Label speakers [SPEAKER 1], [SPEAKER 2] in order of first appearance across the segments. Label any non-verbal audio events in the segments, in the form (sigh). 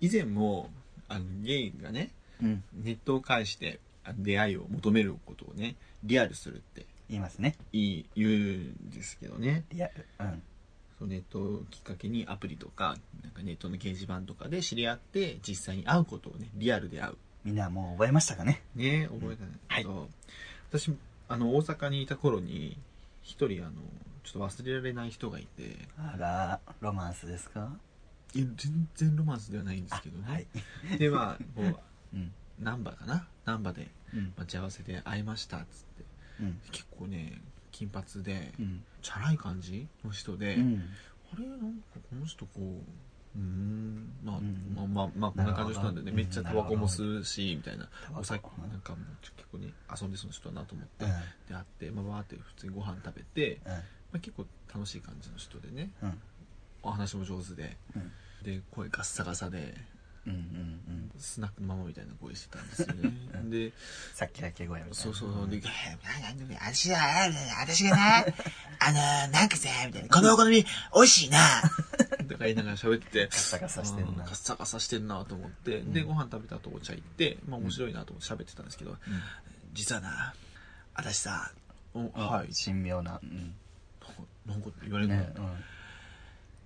[SPEAKER 1] 以前もあのゲイがね
[SPEAKER 2] うん
[SPEAKER 1] ネットを介してあ出会いを求めることをねリアルするって
[SPEAKER 2] 言いますね
[SPEAKER 1] 言い言うんですけどね
[SPEAKER 2] リアルうん
[SPEAKER 1] そうネットをきっかけにアプリとかなんかネットの掲示板とかで知り合って実際に会うことをねリアルで会う
[SPEAKER 2] みんなもう覚えましたかね
[SPEAKER 1] ね覚えたんだけど、私あの大阪にいた頃に一人あのちょっと忘れられない人がいて
[SPEAKER 2] あらロマンスですか
[SPEAKER 1] いや全然ロマンスではないんですけどね、
[SPEAKER 2] はい
[SPEAKER 1] でまあこう
[SPEAKER 2] うん
[SPEAKER 1] 難波かな難波で
[SPEAKER 2] うん
[SPEAKER 1] 待ち合わせで会いましたっつって
[SPEAKER 2] うん
[SPEAKER 1] 結構ね金髪で、
[SPEAKER 2] うん
[SPEAKER 1] チャラい感じの人で、
[SPEAKER 2] うん
[SPEAKER 1] あれなんかこの人こううーんまあ、
[SPEAKER 2] うん
[SPEAKER 1] まあまあまあこんな感じの人なんでね
[SPEAKER 2] なるほど
[SPEAKER 1] めっちゃタバコも
[SPEAKER 2] うん
[SPEAKER 1] 吸うしみたいな
[SPEAKER 2] タバコ
[SPEAKER 1] お酒
[SPEAKER 2] うん
[SPEAKER 1] なんかもうちょ結構ね遊んでそうな人だなと思って、
[SPEAKER 2] うん
[SPEAKER 1] で会ってまあバーって普通にご飯食べて、まあ、結構楽しい感じの人でね
[SPEAKER 2] うん
[SPEAKER 1] お話も上手で
[SPEAKER 2] うん
[SPEAKER 1] で声ガッサガサで
[SPEAKER 2] うんうんうん
[SPEAKER 1] スナックのママみたいな声してたんですよね、で
[SPEAKER 2] さっきだけ声を
[SPEAKER 1] そうそうそう。で、なんか、私が、私がな、 (laughs) あの、なんかさ、みたいな、このお好み、美味しいな、 (laughs) とか言いながら喋ってて、ガッ
[SPEAKER 2] サガサしてんな
[SPEAKER 1] ガッサガサしてんなと思って、で、ご飯食べた後お茶行って、まあ面白いなと思って喋ってたんですけど、実はな、私さ、おはい、
[SPEAKER 2] 神妙なうん
[SPEAKER 1] なんか言われるの、
[SPEAKER 2] ねうん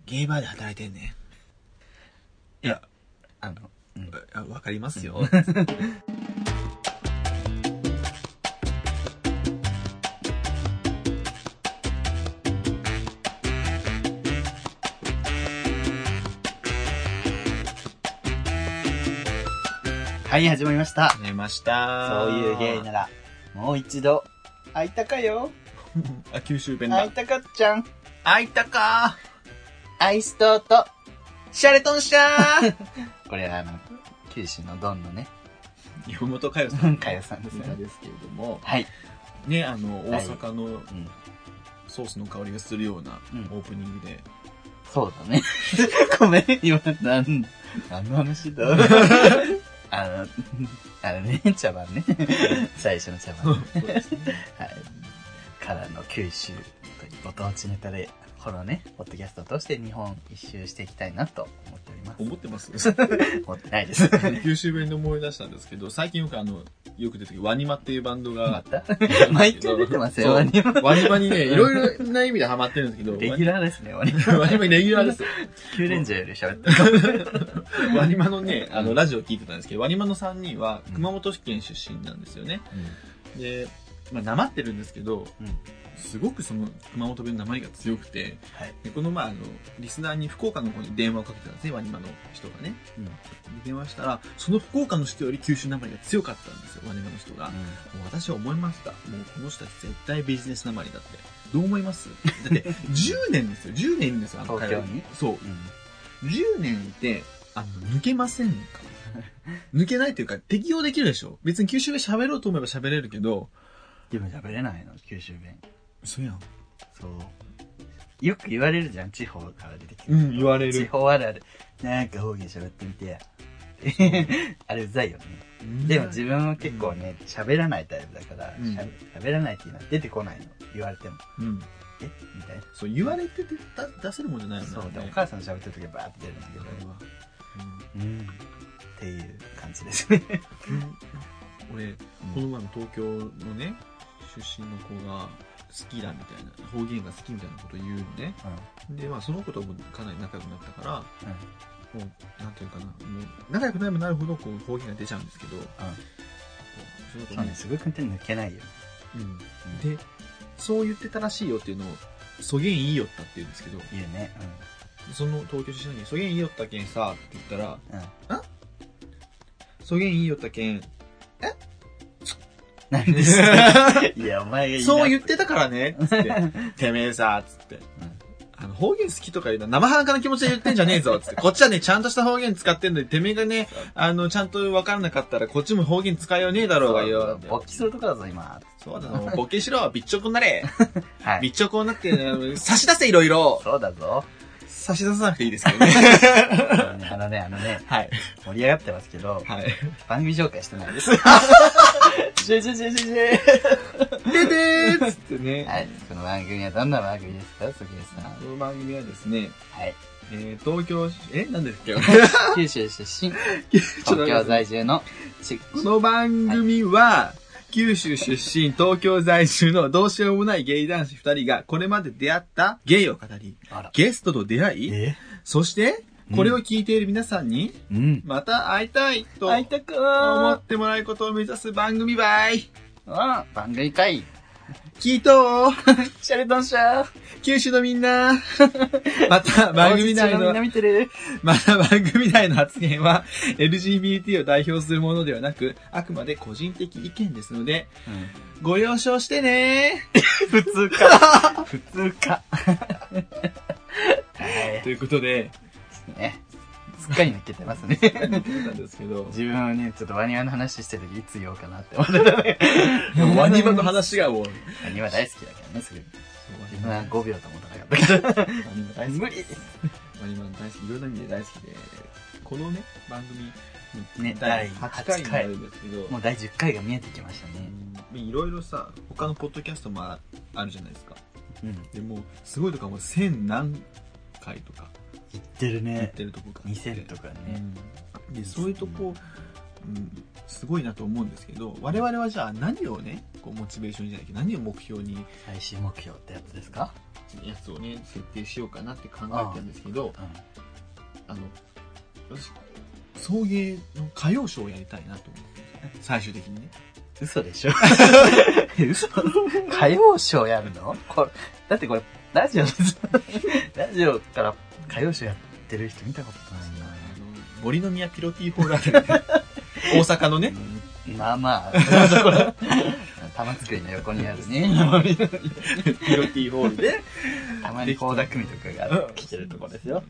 [SPEAKER 1] ゲイバーで働いてんね。
[SPEAKER 2] いやあのうん
[SPEAKER 1] あわかりますよ。
[SPEAKER 2] はい始まりました
[SPEAKER 1] 寝ました
[SPEAKER 2] そういうゲイならもう一度会いたかよ
[SPEAKER 1] あ、九州弁
[SPEAKER 2] 会
[SPEAKER 1] だ
[SPEAKER 2] い。たかっちゃん
[SPEAKER 1] あいたか
[SPEAKER 2] アイストーと
[SPEAKER 1] シャレトンシャ (laughs) ー
[SPEAKER 2] これあの九州のドンのね
[SPEAKER 1] 山本佳代さん
[SPEAKER 2] 文化屋さんです
[SPEAKER 1] な
[SPEAKER 2] ね
[SPEAKER 1] んですけれども、
[SPEAKER 2] はい
[SPEAKER 1] ね、あの、
[SPEAKER 2] は
[SPEAKER 1] 大
[SPEAKER 2] い
[SPEAKER 1] 阪の
[SPEAKER 2] うん
[SPEAKER 1] ソースの香りがするような
[SPEAKER 2] うん
[SPEAKER 1] オープニング (laughs) で、
[SPEAKER 2] そうだね (laughs) ごめん今なん何の
[SPEAKER 1] (laughs)
[SPEAKER 2] 話だあのあのね茶番ね最初の茶番ねはいからの九州というご当地ネタでこのねポッドキャストを通して日本一周していきたいなと思っております
[SPEAKER 1] 思ってます
[SPEAKER 2] 思ってないです
[SPEAKER 1] (laughs) 九州弁で思い出したんですけど、最近よくあの、よく出てくるワニマって (laughs) いうバンドが
[SPEAKER 2] ま、た毎回出てますよ、
[SPEAKER 1] そう
[SPEAKER 2] ワニマ。
[SPEAKER 1] ワニマにね、いろいろな意味でハマってるんですけど、
[SPEAKER 2] レギュラーですね、ワニマ。
[SPEAKER 1] ワニマレギュラーですよ。
[SPEAKER 2] 9レンジャーより喋ってる。
[SPEAKER 1] ワニマのね、あの、ラジオ聞いてたんですけど、ワニマの3人は熊本県出身なんですよね。で、まあ、なまってるんですけど、
[SPEAKER 2] うん
[SPEAKER 1] すごくその熊本弁のなまりが強くて、
[SPEAKER 2] はい
[SPEAKER 1] でこの前あのリスナーに福岡の方に電話をかけてたんですねワニマの人がね、
[SPEAKER 2] うん
[SPEAKER 1] で電話したらその福岡の人より九州なまりが強かったんですよワニマの人が、もう私は思いましたもうこの人たち絶対ビジネスなまりだってどう思いますだって10年ですよ10年いるんですよあの
[SPEAKER 2] 東京
[SPEAKER 1] 彼
[SPEAKER 2] に
[SPEAKER 1] らそう10年いてあの抜けませんか抜けないというか適用できるでしょ別に九州弁喋ろうと思えば喋れるけど
[SPEAKER 2] でも喋れないの、九州弁。
[SPEAKER 1] 嘘やん
[SPEAKER 2] そう。よく言われるじゃん、地方から出てきて。
[SPEAKER 1] うん言われる
[SPEAKER 2] 地方あるある。なんか方言喋ってみて。 (laughs) あれうざいよね。でも自分は結構ね、喋らないタイプだから、
[SPEAKER 1] うん
[SPEAKER 2] 喋喋らないっていうのは出てこないの。言われても。
[SPEAKER 1] うん、
[SPEAKER 2] えみたいな。
[SPEAKER 1] そう言われてて出出せるもんじゃないもん
[SPEAKER 2] そう。で、お
[SPEAKER 1] ね
[SPEAKER 2] 母さん喋ってる時はバーって出るんだけど
[SPEAKER 1] こ。れは
[SPEAKER 2] うん。っていう感じで
[SPEAKER 1] (laughs)
[SPEAKER 2] すね。
[SPEAKER 1] うん俺この前の東京のね出身の子が好きだみたいな方言が好きみたいなこと言うのねでまあその子ともかなり仲良くなったから
[SPEAKER 2] うん。うん。
[SPEAKER 1] もうなんていうかなもう仲良くなればなるほどこう方言が出ちゃうんですけど、その子
[SPEAKER 2] そう
[SPEAKER 1] に
[SPEAKER 2] ね、すごくんって抜けないよ。
[SPEAKER 1] うんでそう言ってたらしいよっていうのを「そげんいいよった」って言うんですけど
[SPEAKER 2] 言うね。
[SPEAKER 1] その東京出身のに「そげんいいよったけんさ」って言ったら
[SPEAKER 2] うん。うん。
[SPEAKER 1] 「そげんいいよったけん」
[SPEAKER 2] なん
[SPEAKER 1] (laughs)
[SPEAKER 2] ですかいや、お前がいいな。
[SPEAKER 1] そう言
[SPEAKER 2] う。
[SPEAKER 1] ってたからね、 (laughs) つって。てめえさ、つって。あの、方言好きとか言うのは生半可な気持ちで言ってんじゃねえぞ、つって。こっちはね、ちゃんとした方言使ってんのに、てめえがね、あの、ちゃんと分からなかったら、こっちも方言使いようねえだろうがよ。
[SPEAKER 2] 勃起するとこだぞ、今。
[SPEAKER 1] そうだぞ、ボケしろ、びっちょこになれ。 (laughs)
[SPEAKER 2] は
[SPEAKER 1] び
[SPEAKER 2] い。
[SPEAKER 1] っちょこになって、あの差し出せ、いろいろ。
[SPEAKER 2] そうだ
[SPEAKER 1] (laughs)
[SPEAKER 2] ぞ。
[SPEAKER 1] 差し出さなくていいですけどね。
[SPEAKER 2] あのね、あのね、
[SPEAKER 1] はい。
[SPEAKER 2] 盛り上がってますけど、
[SPEAKER 1] はい。
[SPEAKER 2] 番組紹介してないです。シュシュシュシュシ
[SPEAKER 1] (laughs) ででーっつって
[SPEAKER 2] ュは
[SPEAKER 1] ね。
[SPEAKER 2] い。この番組はどんな番組ですか、杉江さん。
[SPEAKER 1] この番組はですね、
[SPEAKER 2] はい。
[SPEAKER 1] えー、東京、え、なんですっけこ
[SPEAKER 2] (laughs) 九州出身、東 (laughs) 京在住の、ち
[SPEAKER 1] の番組は、九州出身、東京在住のどうしようもないゲイ男子二人が、これまで出会ったゲイを語り、
[SPEAKER 2] あら。
[SPEAKER 1] ゲストと出会い、
[SPEAKER 2] え
[SPEAKER 1] そして、これを聞いている皆さんに、
[SPEAKER 2] うん。
[SPEAKER 1] また会いたいと
[SPEAKER 2] 会いたく
[SPEAKER 1] 思
[SPEAKER 2] ー
[SPEAKER 1] ってもらうことを目指す番組ばい。
[SPEAKER 2] あ番組会、
[SPEAKER 1] 聞いとー
[SPEAKER 2] シャルトンシャー
[SPEAKER 1] 九州のみん
[SPEAKER 2] (laughs)
[SPEAKER 1] なまた番組内
[SPEAKER 2] のみん
[SPEAKER 1] の
[SPEAKER 2] な見てる
[SPEAKER 1] また番組内の発言は LGBT を代表するものではなく、あくまで個人的意見ですので、ご了承してね
[SPEAKER 2] 普通か。 (laughs) 普通 (laughs) か。はい。
[SPEAKER 1] ということで、
[SPEAKER 2] ね。すっかり抜けてます (laughs) ね。
[SPEAKER 1] 言ってたんですけ
[SPEAKER 2] (laughs)
[SPEAKER 1] ど、
[SPEAKER 2] 自分はね、ちょっとワニワの話してる時いつ言おうかなって思ってたね。
[SPEAKER 1] ワニマの話がもう、
[SPEAKER 2] ワニワ大好きだけどね、すぐ。自分
[SPEAKER 1] ワ
[SPEAKER 2] は5秒と思ってなかったけど。
[SPEAKER 1] ニマ大好き。
[SPEAKER 2] (laughs) 無理
[SPEAKER 1] ワニマ大好き、いろんな意味で大好きで、このね、番組、
[SPEAKER 2] ね
[SPEAKER 1] 第
[SPEAKER 2] 第
[SPEAKER 1] 8回になるんですけど、
[SPEAKER 2] もう第10回が見えてきましたね。
[SPEAKER 1] うんいろいろさ、他のポッドキャストもああるじゃないですか。
[SPEAKER 2] うん。
[SPEAKER 1] でもう、すごいとかもう千何回とか
[SPEAKER 2] 言ってる
[SPEAKER 1] やっ
[SPEAKER 2] ね。
[SPEAKER 1] てるとこがあって。
[SPEAKER 2] 2000とかね。
[SPEAKER 1] うんでそういうとこ、うん、すごいなと思うんですけど我々はじゃあ何をねこうモチベーションじゃないけど何を目標に
[SPEAKER 2] 最終目標ってやつですか
[SPEAKER 1] やつをね設定しようかなって考えてたんですけど
[SPEAKER 2] う
[SPEAKER 1] あの私送迎の歌謡ショーをやりたいなと思って最終的にね
[SPEAKER 2] ん。嘘でしょ (laughs) 嘘歌謡ショーやるのこれ、だってこれ、ラジオ (laughs) です。ラジオから歌謡ショーやってる人見たことないな。
[SPEAKER 1] あの森の宮ピロティホールあたり
[SPEAKER 2] (laughs)
[SPEAKER 1] で大阪のね
[SPEAKER 2] まあ (laughs) まあ、玉作りの横にあるね。
[SPEAKER 1] ピロティホールで
[SPEAKER 2] たまに高田組とかが来てるとこですよ。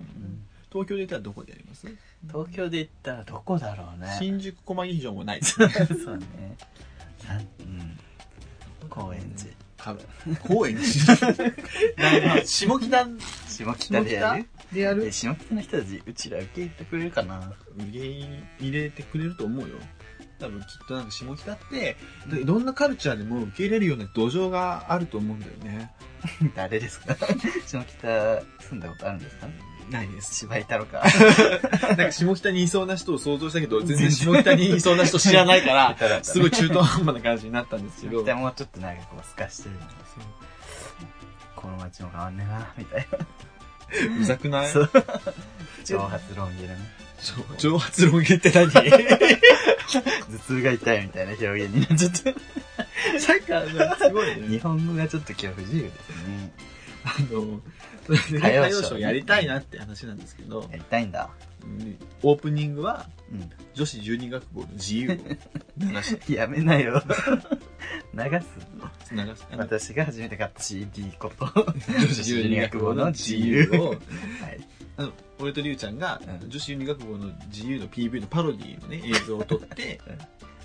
[SPEAKER 1] 東京で言ったらどこでやります
[SPEAKER 2] 東京で言ったらどこだろうね。
[SPEAKER 1] 新宿小牧以上もないです
[SPEAKER 2] (laughs) そうね。うん。高円寺。
[SPEAKER 1] 高円
[SPEAKER 2] (laughs)
[SPEAKER 1] 寺下北
[SPEAKER 2] 下北でやる
[SPEAKER 1] でや
[SPEAKER 2] え下北の人たち、うちら受け入れてくれるかな
[SPEAKER 1] 受け入れてくれると思うよ多分きっとなんか下北ってでいろんなカルチャーでも受け入れるような土壌があると思うんだよね
[SPEAKER 2] (laughs) 誰ですか (laughs) 下北住んだことあるんですか
[SPEAKER 1] ないで
[SPEAKER 2] 芝居太郎 (laughs) か。
[SPEAKER 1] (laughs) なんか下北にいそうな人を想像したけど全然下北にいそうな人知ら (laughs) ないから
[SPEAKER 2] (laughs) 下
[SPEAKER 1] す
[SPEAKER 2] 手
[SPEAKER 1] ごい
[SPEAKER 2] だっ
[SPEAKER 1] 中途半端な感じになったんですけ
[SPEAKER 2] たね
[SPEAKER 1] (laughs) ど
[SPEAKER 2] 下北もうちょっとなんかこう、透かしてるんですよ。この街も変わんねえな、みたいう
[SPEAKER 1] ざくない
[SPEAKER 2] な。 (laughs) そう。挑発論議だね。
[SPEAKER 1] 蒸発論言って (laughs) 何さ
[SPEAKER 2] 頭痛が痛いみたいな表現になっちゃって。
[SPEAKER 1] っきあのすごい
[SPEAKER 2] (laughs) 日
[SPEAKER 1] ね
[SPEAKER 2] 本語がちょっと今日不自由ですね。
[SPEAKER 1] あのそれで
[SPEAKER 2] 歌謡ショー
[SPEAKER 1] 歌謡ショーやりたいなって話なんですけど
[SPEAKER 2] やりたいんだ。
[SPEAKER 1] うんオープニングは
[SPEAKER 2] うん。
[SPEAKER 1] 女子十二学校の自由を流して
[SPEAKER 2] やめな (laughs) よ。流す。
[SPEAKER 1] 流すあの
[SPEAKER 2] 私が初めて買った CD こと。 (laughs)
[SPEAKER 1] 女子十二学校の自由を、
[SPEAKER 2] はい。
[SPEAKER 1] あの俺とりゅうちゃんが、
[SPEAKER 2] うん
[SPEAKER 1] 女子十二学校の自由の PV のパロディのね、映像を撮 (laughs) って、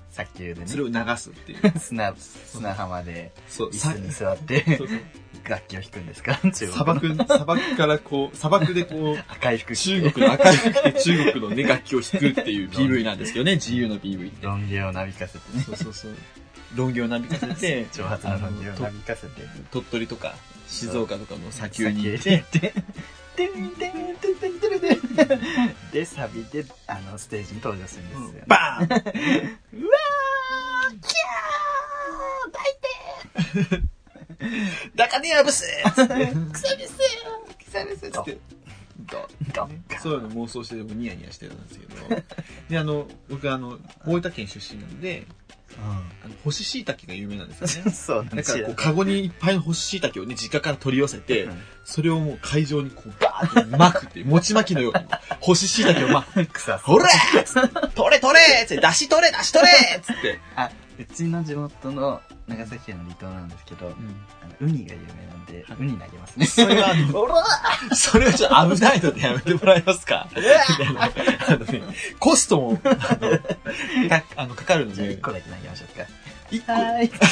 [SPEAKER 2] さっき言うで
[SPEAKER 1] それ
[SPEAKER 2] ね。
[SPEAKER 1] を流すっていう。
[SPEAKER 2] 砂、砂浜で、
[SPEAKER 1] そう、
[SPEAKER 2] 椅
[SPEAKER 1] さ
[SPEAKER 2] 子に座っ
[SPEAKER 1] そ
[SPEAKER 2] て
[SPEAKER 1] う、そう
[SPEAKER 2] 楽器を弾くんですか中
[SPEAKER 1] 砂
[SPEAKER 2] 国の
[SPEAKER 1] 漠、砂漠からこう、砂漠でこう、
[SPEAKER 2] 赤い服着
[SPEAKER 1] 中
[SPEAKER 2] て
[SPEAKER 1] 国の赤い服で中国のね、楽器を弾くっていう PV なんですけどね、自由の PV って。
[SPEAKER 2] ロン毛をなびかせてね。
[SPEAKER 1] そうそうそう。論議をなびかせて、
[SPEAKER 2] 長髪のロン毛をなびかせて。
[SPEAKER 1] 鳥取とか、静岡とかの砂丘に行っ
[SPEAKER 2] 行
[SPEAKER 1] て、
[SPEAKER 2] て。 (laughs) てんてんてんてんてんてんで、サビで、あの、ステージに登場するんですよ、ね。
[SPEAKER 1] バーン
[SPEAKER 2] うわーキ (laughs)
[SPEAKER 1] ダカネアブスつって (laughs)
[SPEAKER 2] ャークサビスクサビス
[SPEAKER 1] つって、ドン
[SPEAKER 2] ド
[SPEAKER 1] ね
[SPEAKER 2] ンカ
[SPEAKER 1] そういうの妄想してでもニヤニヤしてたんですけど (laughs) であの僕あの大分県出身なんであの干し椎茸が有名なんですよ (laughs)
[SPEAKER 2] うん。
[SPEAKER 1] ね
[SPEAKER 2] (laughs) そうなん
[SPEAKER 1] だ
[SPEAKER 2] で
[SPEAKER 1] か
[SPEAKER 2] す
[SPEAKER 1] らこう
[SPEAKER 2] よ。
[SPEAKER 1] カゴにいっぱいの干し椎茸をね実家から取り寄せて
[SPEAKER 2] うん
[SPEAKER 1] それをもう会場にこうバーって巻くっていう餅巻きのように干し椎茸を巻く
[SPEAKER 2] (laughs) 草
[SPEAKER 1] ほらーっつって取れ取れーっつって出し取れ出し取れーっつって、
[SPEAKER 2] あ、うちの地元の長崎県の離島なんですけど、あのウニが有名なんで、ウニ投げますね。
[SPEAKER 1] それはあの
[SPEAKER 2] (laughs) ほら
[SPEAKER 1] それはちょっと危ないのでやめてもらえますか (laughs) あのねコストもあのかあのかかるの
[SPEAKER 2] (laughs) じゃあ
[SPEAKER 1] で
[SPEAKER 2] 1個だけ投げましょうか。
[SPEAKER 1] 一
[SPEAKER 2] はーい。
[SPEAKER 1] 個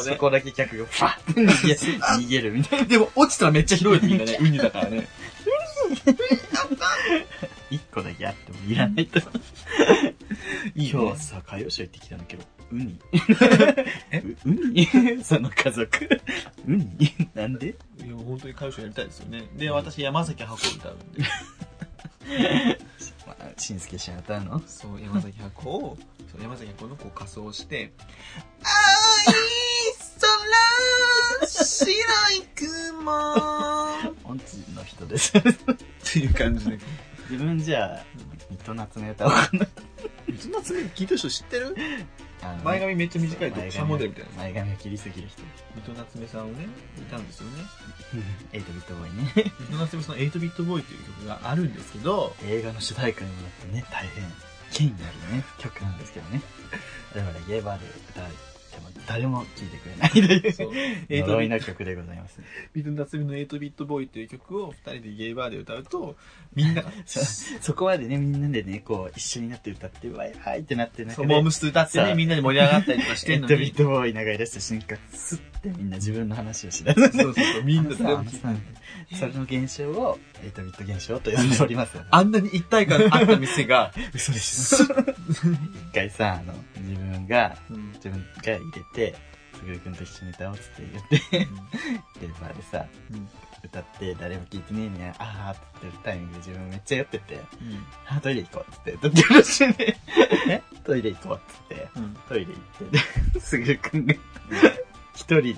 [SPEAKER 1] (laughs) そうね
[SPEAKER 2] そこだけ客がファッて逃げ逃げるみたいな。
[SPEAKER 1] (laughs) でも落ちたらめっちゃ広いみんな (laughs) ね、ウニだからね。
[SPEAKER 2] 1個だけあってもいらないと。
[SPEAKER 1] いい
[SPEAKER 2] 今
[SPEAKER 1] よ
[SPEAKER 2] 日。さ、海洋省行ってきたんだけど、ウ (laughs) ニ。 (laughs) えウニその家族。ウニなん
[SPEAKER 1] い
[SPEAKER 2] で
[SPEAKER 1] や、本当に歌謡ショーやりたいですよね。で、私、山崎箱を歌うんで。
[SPEAKER 2] まあ、しんすけしん歌うの
[SPEAKER 1] そう、山崎箱を、そう山崎箱のこう仮装をして、青い空、白い雲っ
[SPEAKER 2] 音痴の人です。
[SPEAKER 1] ていう感じで。
[SPEAKER 2] (laughs) 自分じゃあ、ミッドナッツの (laughs) 歌を。
[SPEAKER 1] そんなすぐ聞いた人知ってる
[SPEAKER 2] あの
[SPEAKER 1] 前髪めっちゃ短い読者モデルみたいな。
[SPEAKER 2] 前髪を切りすぎる人。
[SPEAKER 1] 水戸夏目さんをね、歌うんですよね。
[SPEAKER 2] エイトビットボーイね。 (laughs)
[SPEAKER 1] 水戸夏目さんの8ビットボーイという曲があるんですけど、
[SPEAKER 2] 映画の主題歌にもなってね、大変、権威あるね、曲なんですけど
[SPEAKER 1] (laughs)
[SPEAKER 2] ね。でもレゲエバーで歌っても誰も聴いてくれないとい
[SPEAKER 1] (laughs)
[SPEAKER 2] う
[SPEAKER 1] そう、8
[SPEAKER 2] 呪い
[SPEAKER 1] ビ
[SPEAKER 2] の曲でございます。
[SPEAKER 1] 水戸夏目の8ビットボーイという曲を二人でゲイバーで歌うと、み (laughs) んなが、
[SPEAKER 2] そそこまでね、みんなでね、こう、一緒になって歌って、わいわいってなって、なん
[SPEAKER 1] そ
[SPEAKER 2] か
[SPEAKER 1] う、
[SPEAKER 2] ね、
[SPEAKER 1] モームス歌って
[SPEAKER 2] そ
[SPEAKER 1] ね、
[SPEAKER 2] う
[SPEAKER 1] みんなで盛り上がったりとかして
[SPEAKER 2] エ
[SPEAKER 1] ん
[SPEAKER 2] イ
[SPEAKER 1] の
[SPEAKER 2] トビ
[SPEAKER 1] に
[SPEAKER 2] ッ、トボーイ流れ出した瞬間、スッてみんな自分の話をしだす。
[SPEAKER 1] そうそうそう、みんなで
[SPEAKER 2] あのさそれの現象を、エイトビット現象と呼んでおりますよね。
[SPEAKER 1] あんなに一体感あった店が、
[SPEAKER 2] 嘘です。一回さ、あの、自分が、自分が入れて、すぐるくんと一緒に歌おうっつって言って、で、バーでさ、
[SPEAKER 1] うん
[SPEAKER 2] 歌って誰も聞いてねえにゃ、あーって言ってるタイミングで自分めっちゃ酔ってて、あートイレ行こうっつって、だってらしいね。えトイレ行こうっつって、
[SPEAKER 1] うん
[SPEAKER 2] トイレ行って、で、すぐるくんが、一人で、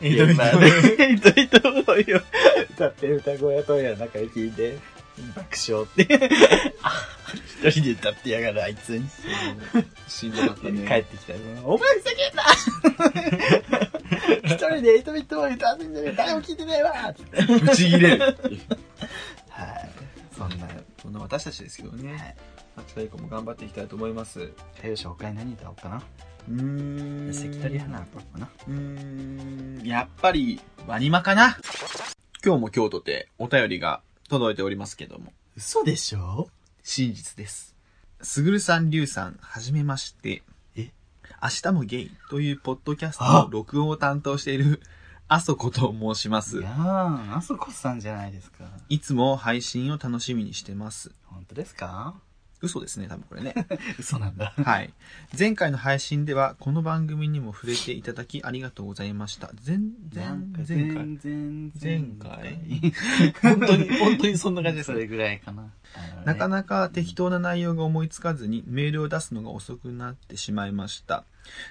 [SPEAKER 1] エイトビットボーイ。
[SPEAKER 2] イトイトボーイを歌ってる歌声やトイレの中で聞いて、爆笑って、あ一人で歌ってやがるあいつに。
[SPEAKER 1] しんどかったね。
[SPEAKER 2] 帰ってきたら、お前ふざけんな (laughs) 一人でエイトビットボーイ歌ってんじゃねえ誰も聞いてねえわって
[SPEAKER 1] ぶち切れる。
[SPEAKER 2] はい。そんな、
[SPEAKER 1] そんな私たちですけど
[SPEAKER 2] は
[SPEAKER 1] ね
[SPEAKER 2] い。
[SPEAKER 1] 8回以降も頑張っていきたいと思います。う
[SPEAKER 2] 手を紹介何歌おうかな
[SPEAKER 1] ーん。
[SPEAKER 2] 関取花歌おうかな
[SPEAKER 1] うーん、やっぱり、ワニマかな。今日も今日とてお便りが届いておりますけども、
[SPEAKER 2] 嘘でしょ
[SPEAKER 1] 真実です。すぐるさん、りゅうさん、はじめまして。
[SPEAKER 2] え
[SPEAKER 1] 明日もゲイというポッドキャストの録音を担当している、あそこと申しま
[SPEAKER 2] い
[SPEAKER 1] す
[SPEAKER 2] や。ー、あそこさんじゃないですか。
[SPEAKER 1] いつも配信を楽しみにしてます。
[SPEAKER 2] 本当ですか
[SPEAKER 1] 嘘ですね、多分これ
[SPEAKER 2] (laughs)
[SPEAKER 1] ね。
[SPEAKER 2] 嘘なんだ。
[SPEAKER 1] はい。前回の配信では、この番組にも触れていただきありがとうございました。前、前、前回。
[SPEAKER 2] 全
[SPEAKER 1] 前回本当に、本当にそんな感じです
[SPEAKER 2] そ。れぐらいかな。
[SPEAKER 1] なか
[SPEAKER 2] か
[SPEAKER 1] なか適当な内容が思いつかずにメールを出すのが遅くなってしまいました。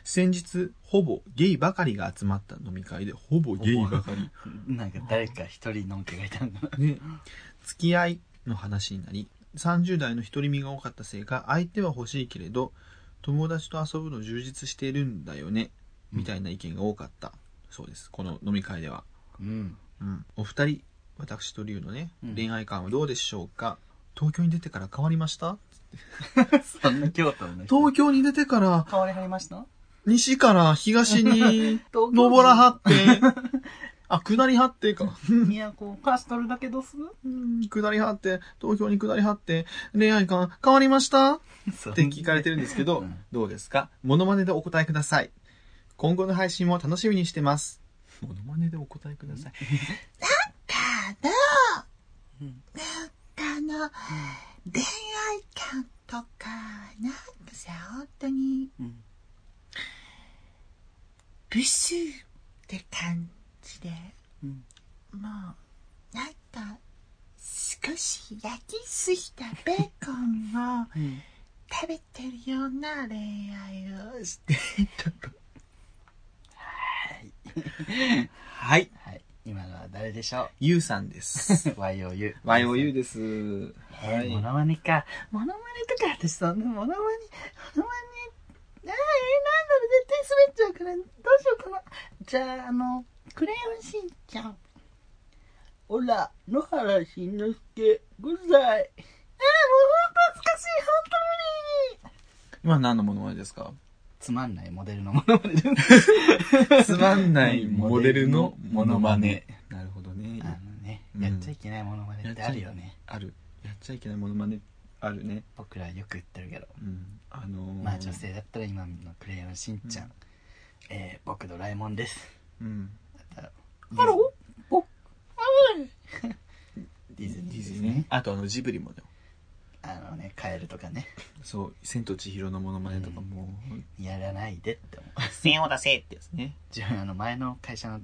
[SPEAKER 1] 先日、ほぼゲイばかりが集まった飲み会で、ほぼゲイばかり。
[SPEAKER 2] なんか誰か一人のんけがいたんだな。
[SPEAKER 1] ね、付き合いの話になり、30代の独り身が多かったせいか、相手は欲しいけれど、友達と遊ぶの充実しているんだよね、みたいな意見が多かった。そうです。この飲み会では。
[SPEAKER 2] うん。
[SPEAKER 1] うん、お二人私と龍のね、
[SPEAKER 2] うん
[SPEAKER 1] 恋愛観はどうでしょうか東京に出てから変わりました
[SPEAKER 2] (laughs) そんな京都の人。
[SPEAKER 1] 東京に出てから
[SPEAKER 2] 変わりはりました
[SPEAKER 1] 西から東に
[SPEAKER 2] 東京
[SPEAKER 1] 登らは
[SPEAKER 3] (laughs)
[SPEAKER 1] ってあ下りはってか
[SPEAKER 2] 都を貸しとるだけどす
[SPEAKER 1] うん下りはって東京に下りはって恋愛観変わりましたって聞かれてるんですけど、
[SPEAKER 2] うん
[SPEAKER 1] どうですかモノマネでお答えください今後の配信も楽しみにしてますモノマネでお答えください
[SPEAKER 3] あの、恋愛観とか、なんかさ、本当に、
[SPEAKER 2] うん
[SPEAKER 3] ブスって感じで、
[SPEAKER 2] うん
[SPEAKER 3] もう、なんか、少し焼きすぎたベーコンを
[SPEAKER 2] うん
[SPEAKER 3] 食べてるような恋愛をして、
[SPEAKER 1] はい (laughs)
[SPEAKER 2] はい。今のは誰でしょ
[SPEAKER 1] ゆうさんです
[SPEAKER 2] う ?YOU。
[SPEAKER 1] YOU
[SPEAKER 2] で。
[SPEAKER 1] です。はい。
[SPEAKER 2] モノマネか。モノマネとか私そんなモノマネ、モノマネ、あーえー、なんだろう、絶対滑っちゃうから、どうしようかな。じゃあ、あの、
[SPEAKER 3] クレヨンしんちゃん。
[SPEAKER 2] オラ、野原しんのすけ、ぐざい。
[SPEAKER 1] 今何のモノマネですか
[SPEAKER 2] つまんないモデルのモノマネ。
[SPEAKER 1] つまんな
[SPEAKER 2] ないい
[SPEAKER 1] モ
[SPEAKER 2] モ
[SPEAKER 1] デ
[SPEAKER 2] デ
[SPEAKER 1] ル
[SPEAKER 2] ル
[SPEAKER 1] の
[SPEAKER 2] の
[SPEAKER 1] モ
[SPEAKER 2] モ
[SPEAKER 1] ノ
[SPEAKER 2] ノ
[SPEAKER 1] マ
[SPEAKER 2] マ
[SPEAKER 1] ネ
[SPEAKER 2] ネ。
[SPEAKER 1] なるほどね
[SPEAKER 2] あのね、
[SPEAKER 1] うん
[SPEAKER 2] やっちゃいけないモノマネってあるよね。
[SPEAKER 1] ある。やっちゃいけないモノマネあるね。
[SPEAKER 2] 僕らよく言ってるけど。
[SPEAKER 1] うん。あのー
[SPEAKER 2] まあ女。性だったら今のクレヨンしんちゃん。えー、僕ドラえもんです。
[SPEAKER 1] うん。
[SPEAKER 2] ハロー僕、 (laughs) ディズニーですね。
[SPEAKER 1] あとあのジブリもね。
[SPEAKER 2] あのね、カエルとかね、
[SPEAKER 1] そう、千と千尋のモノマネとかも、
[SPEAKER 2] やらないでって思う。
[SPEAKER 1] 千を出せってやつね。
[SPEAKER 2] 自分あの前の会社の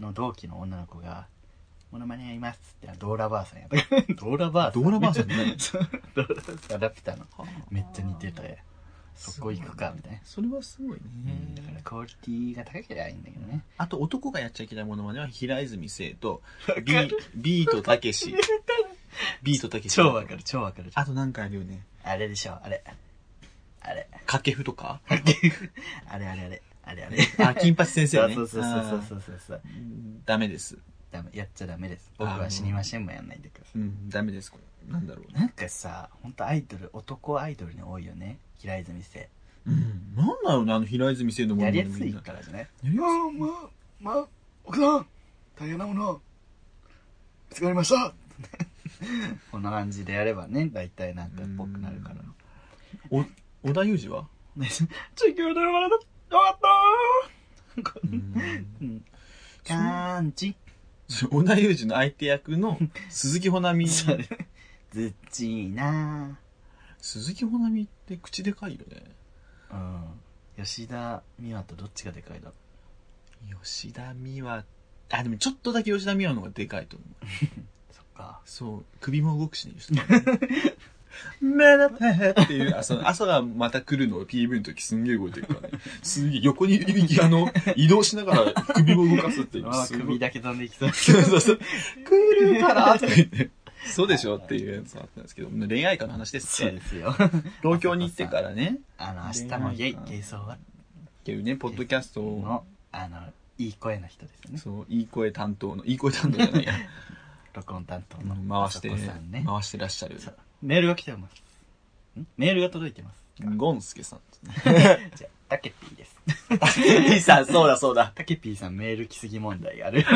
[SPEAKER 2] の同期の女の子が、モノマネやりますってドーラバーさんやったから。ドーラバーさん
[SPEAKER 1] ドーラばあさんって何
[SPEAKER 2] (laughs) そうドーラバーさん、ラピュタの。めっちゃ似てたよ。そこ行くか、みたいな。
[SPEAKER 1] それはすごいね
[SPEAKER 2] うんだからクオリティが高ければいいんだけどね。
[SPEAKER 1] あと男がやっちゃいけないものまねは平泉聖とビービートたけ
[SPEAKER 2] (laughs)
[SPEAKER 1] しビートたけし
[SPEAKER 2] 超わかる、超わかる。
[SPEAKER 1] あとなんかあるよね
[SPEAKER 2] あれでしょ、あれ。あ (laughs) れ。
[SPEAKER 1] 掛布とか
[SPEAKER 2] あれあれあれ。あれあれ。
[SPEAKER 1] あ金八先生ね
[SPEAKER 2] そうそうそうそう
[SPEAKER 1] う
[SPEAKER 2] そうそうそう。
[SPEAKER 1] ダメです
[SPEAKER 2] ダメ、やっちゃダメです。僕は死にませんもやんないでくださ
[SPEAKER 1] うんダメですこれなんだろう
[SPEAKER 2] い。
[SPEAKER 1] ね
[SPEAKER 2] なんかさ、ほんとアイドル、男アイドルに多いよね。平泉生。
[SPEAKER 1] うんなんだろうねあの平泉聖のものま
[SPEAKER 2] やり
[SPEAKER 1] ね
[SPEAKER 2] やす
[SPEAKER 1] み
[SPEAKER 2] い
[SPEAKER 1] んな
[SPEAKER 2] からじゃない
[SPEAKER 1] やりやすい
[SPEAKER 2] まあ、まあ、奥さん、大変なものを、見つかりました (laughs) こんな感じでやればね、大体なんかっぽくなるから。
[SPEAKER 1] お織田裕二は
[SPEAKER 2] (laughs) 授業で終わらなかったうん。感じ。
[SPEAKER 1] そう織田裕二の相手役の鈴木保奈美
[SPEAKER 2] それ。ずっちーな
[SPEAKER 1] 鈴木保奈美って口でかいよね
[SPEAKER 2] うん。吉田美和とどっちがでかいだろ
[SPEAKER 1] 吉田美和あでもちょっとだけ吉田美和の方がでかいと思う
[SPEAKER 2] うそっか。
[SPEAKER 1] そう首も動くしね吉田美和ね目立てっていう、あその朝がまた来るのを PV の時すんげえ動いてるからね。すげえ横にあの、移動しながら首も動かすっていう。
[SPEAKER 2] ああ、
[SPEAKER 1] すごい
[SPEAKER 2] 首だけ飛んでいきそう。
[SPEAKER 1] そうそうそう。来るからとか言って。そうでしょっていうやつがあったんですけど、恋愛観の話です
[SPEAKER 2] そう
[SPEAKER 1] ね
[SPEAKER 2] で。すよ。
[SPEAKER 1] 東京に行ってからね、
[SPEAKER 2] (laughs) あの、明日もゲイ、ゲイソーワ
[SPEAKER 1] っていうね、ポッドキャストを、
[SPEAKER 2] の、あの、いい声の人ですよね。
[SPEAKER 1] そう、いい声担当の、いい声担当じゃ (laughs) ないや、
[SPEAKER 2] 録音担当
[SPEAKER 1] う
[SPEAKER 2] の
[SPEAKER 1] ん。回して、
[SPEAKER 2] あそこさんね。
[SPEAKER 1] 回してらっしゃる、
[SPEAKER 2] そうメールが来てます。んメールが届いてます。
[SPEAKER 1] ゴンスケさん。
[SPEAKER 2] じゃあ、タケピーです。
[SPEAKER 1] いいさん、 (laughs) そうだそうだ。
[SPEAKER 2] タケピーさんメール来すぎ問題がある。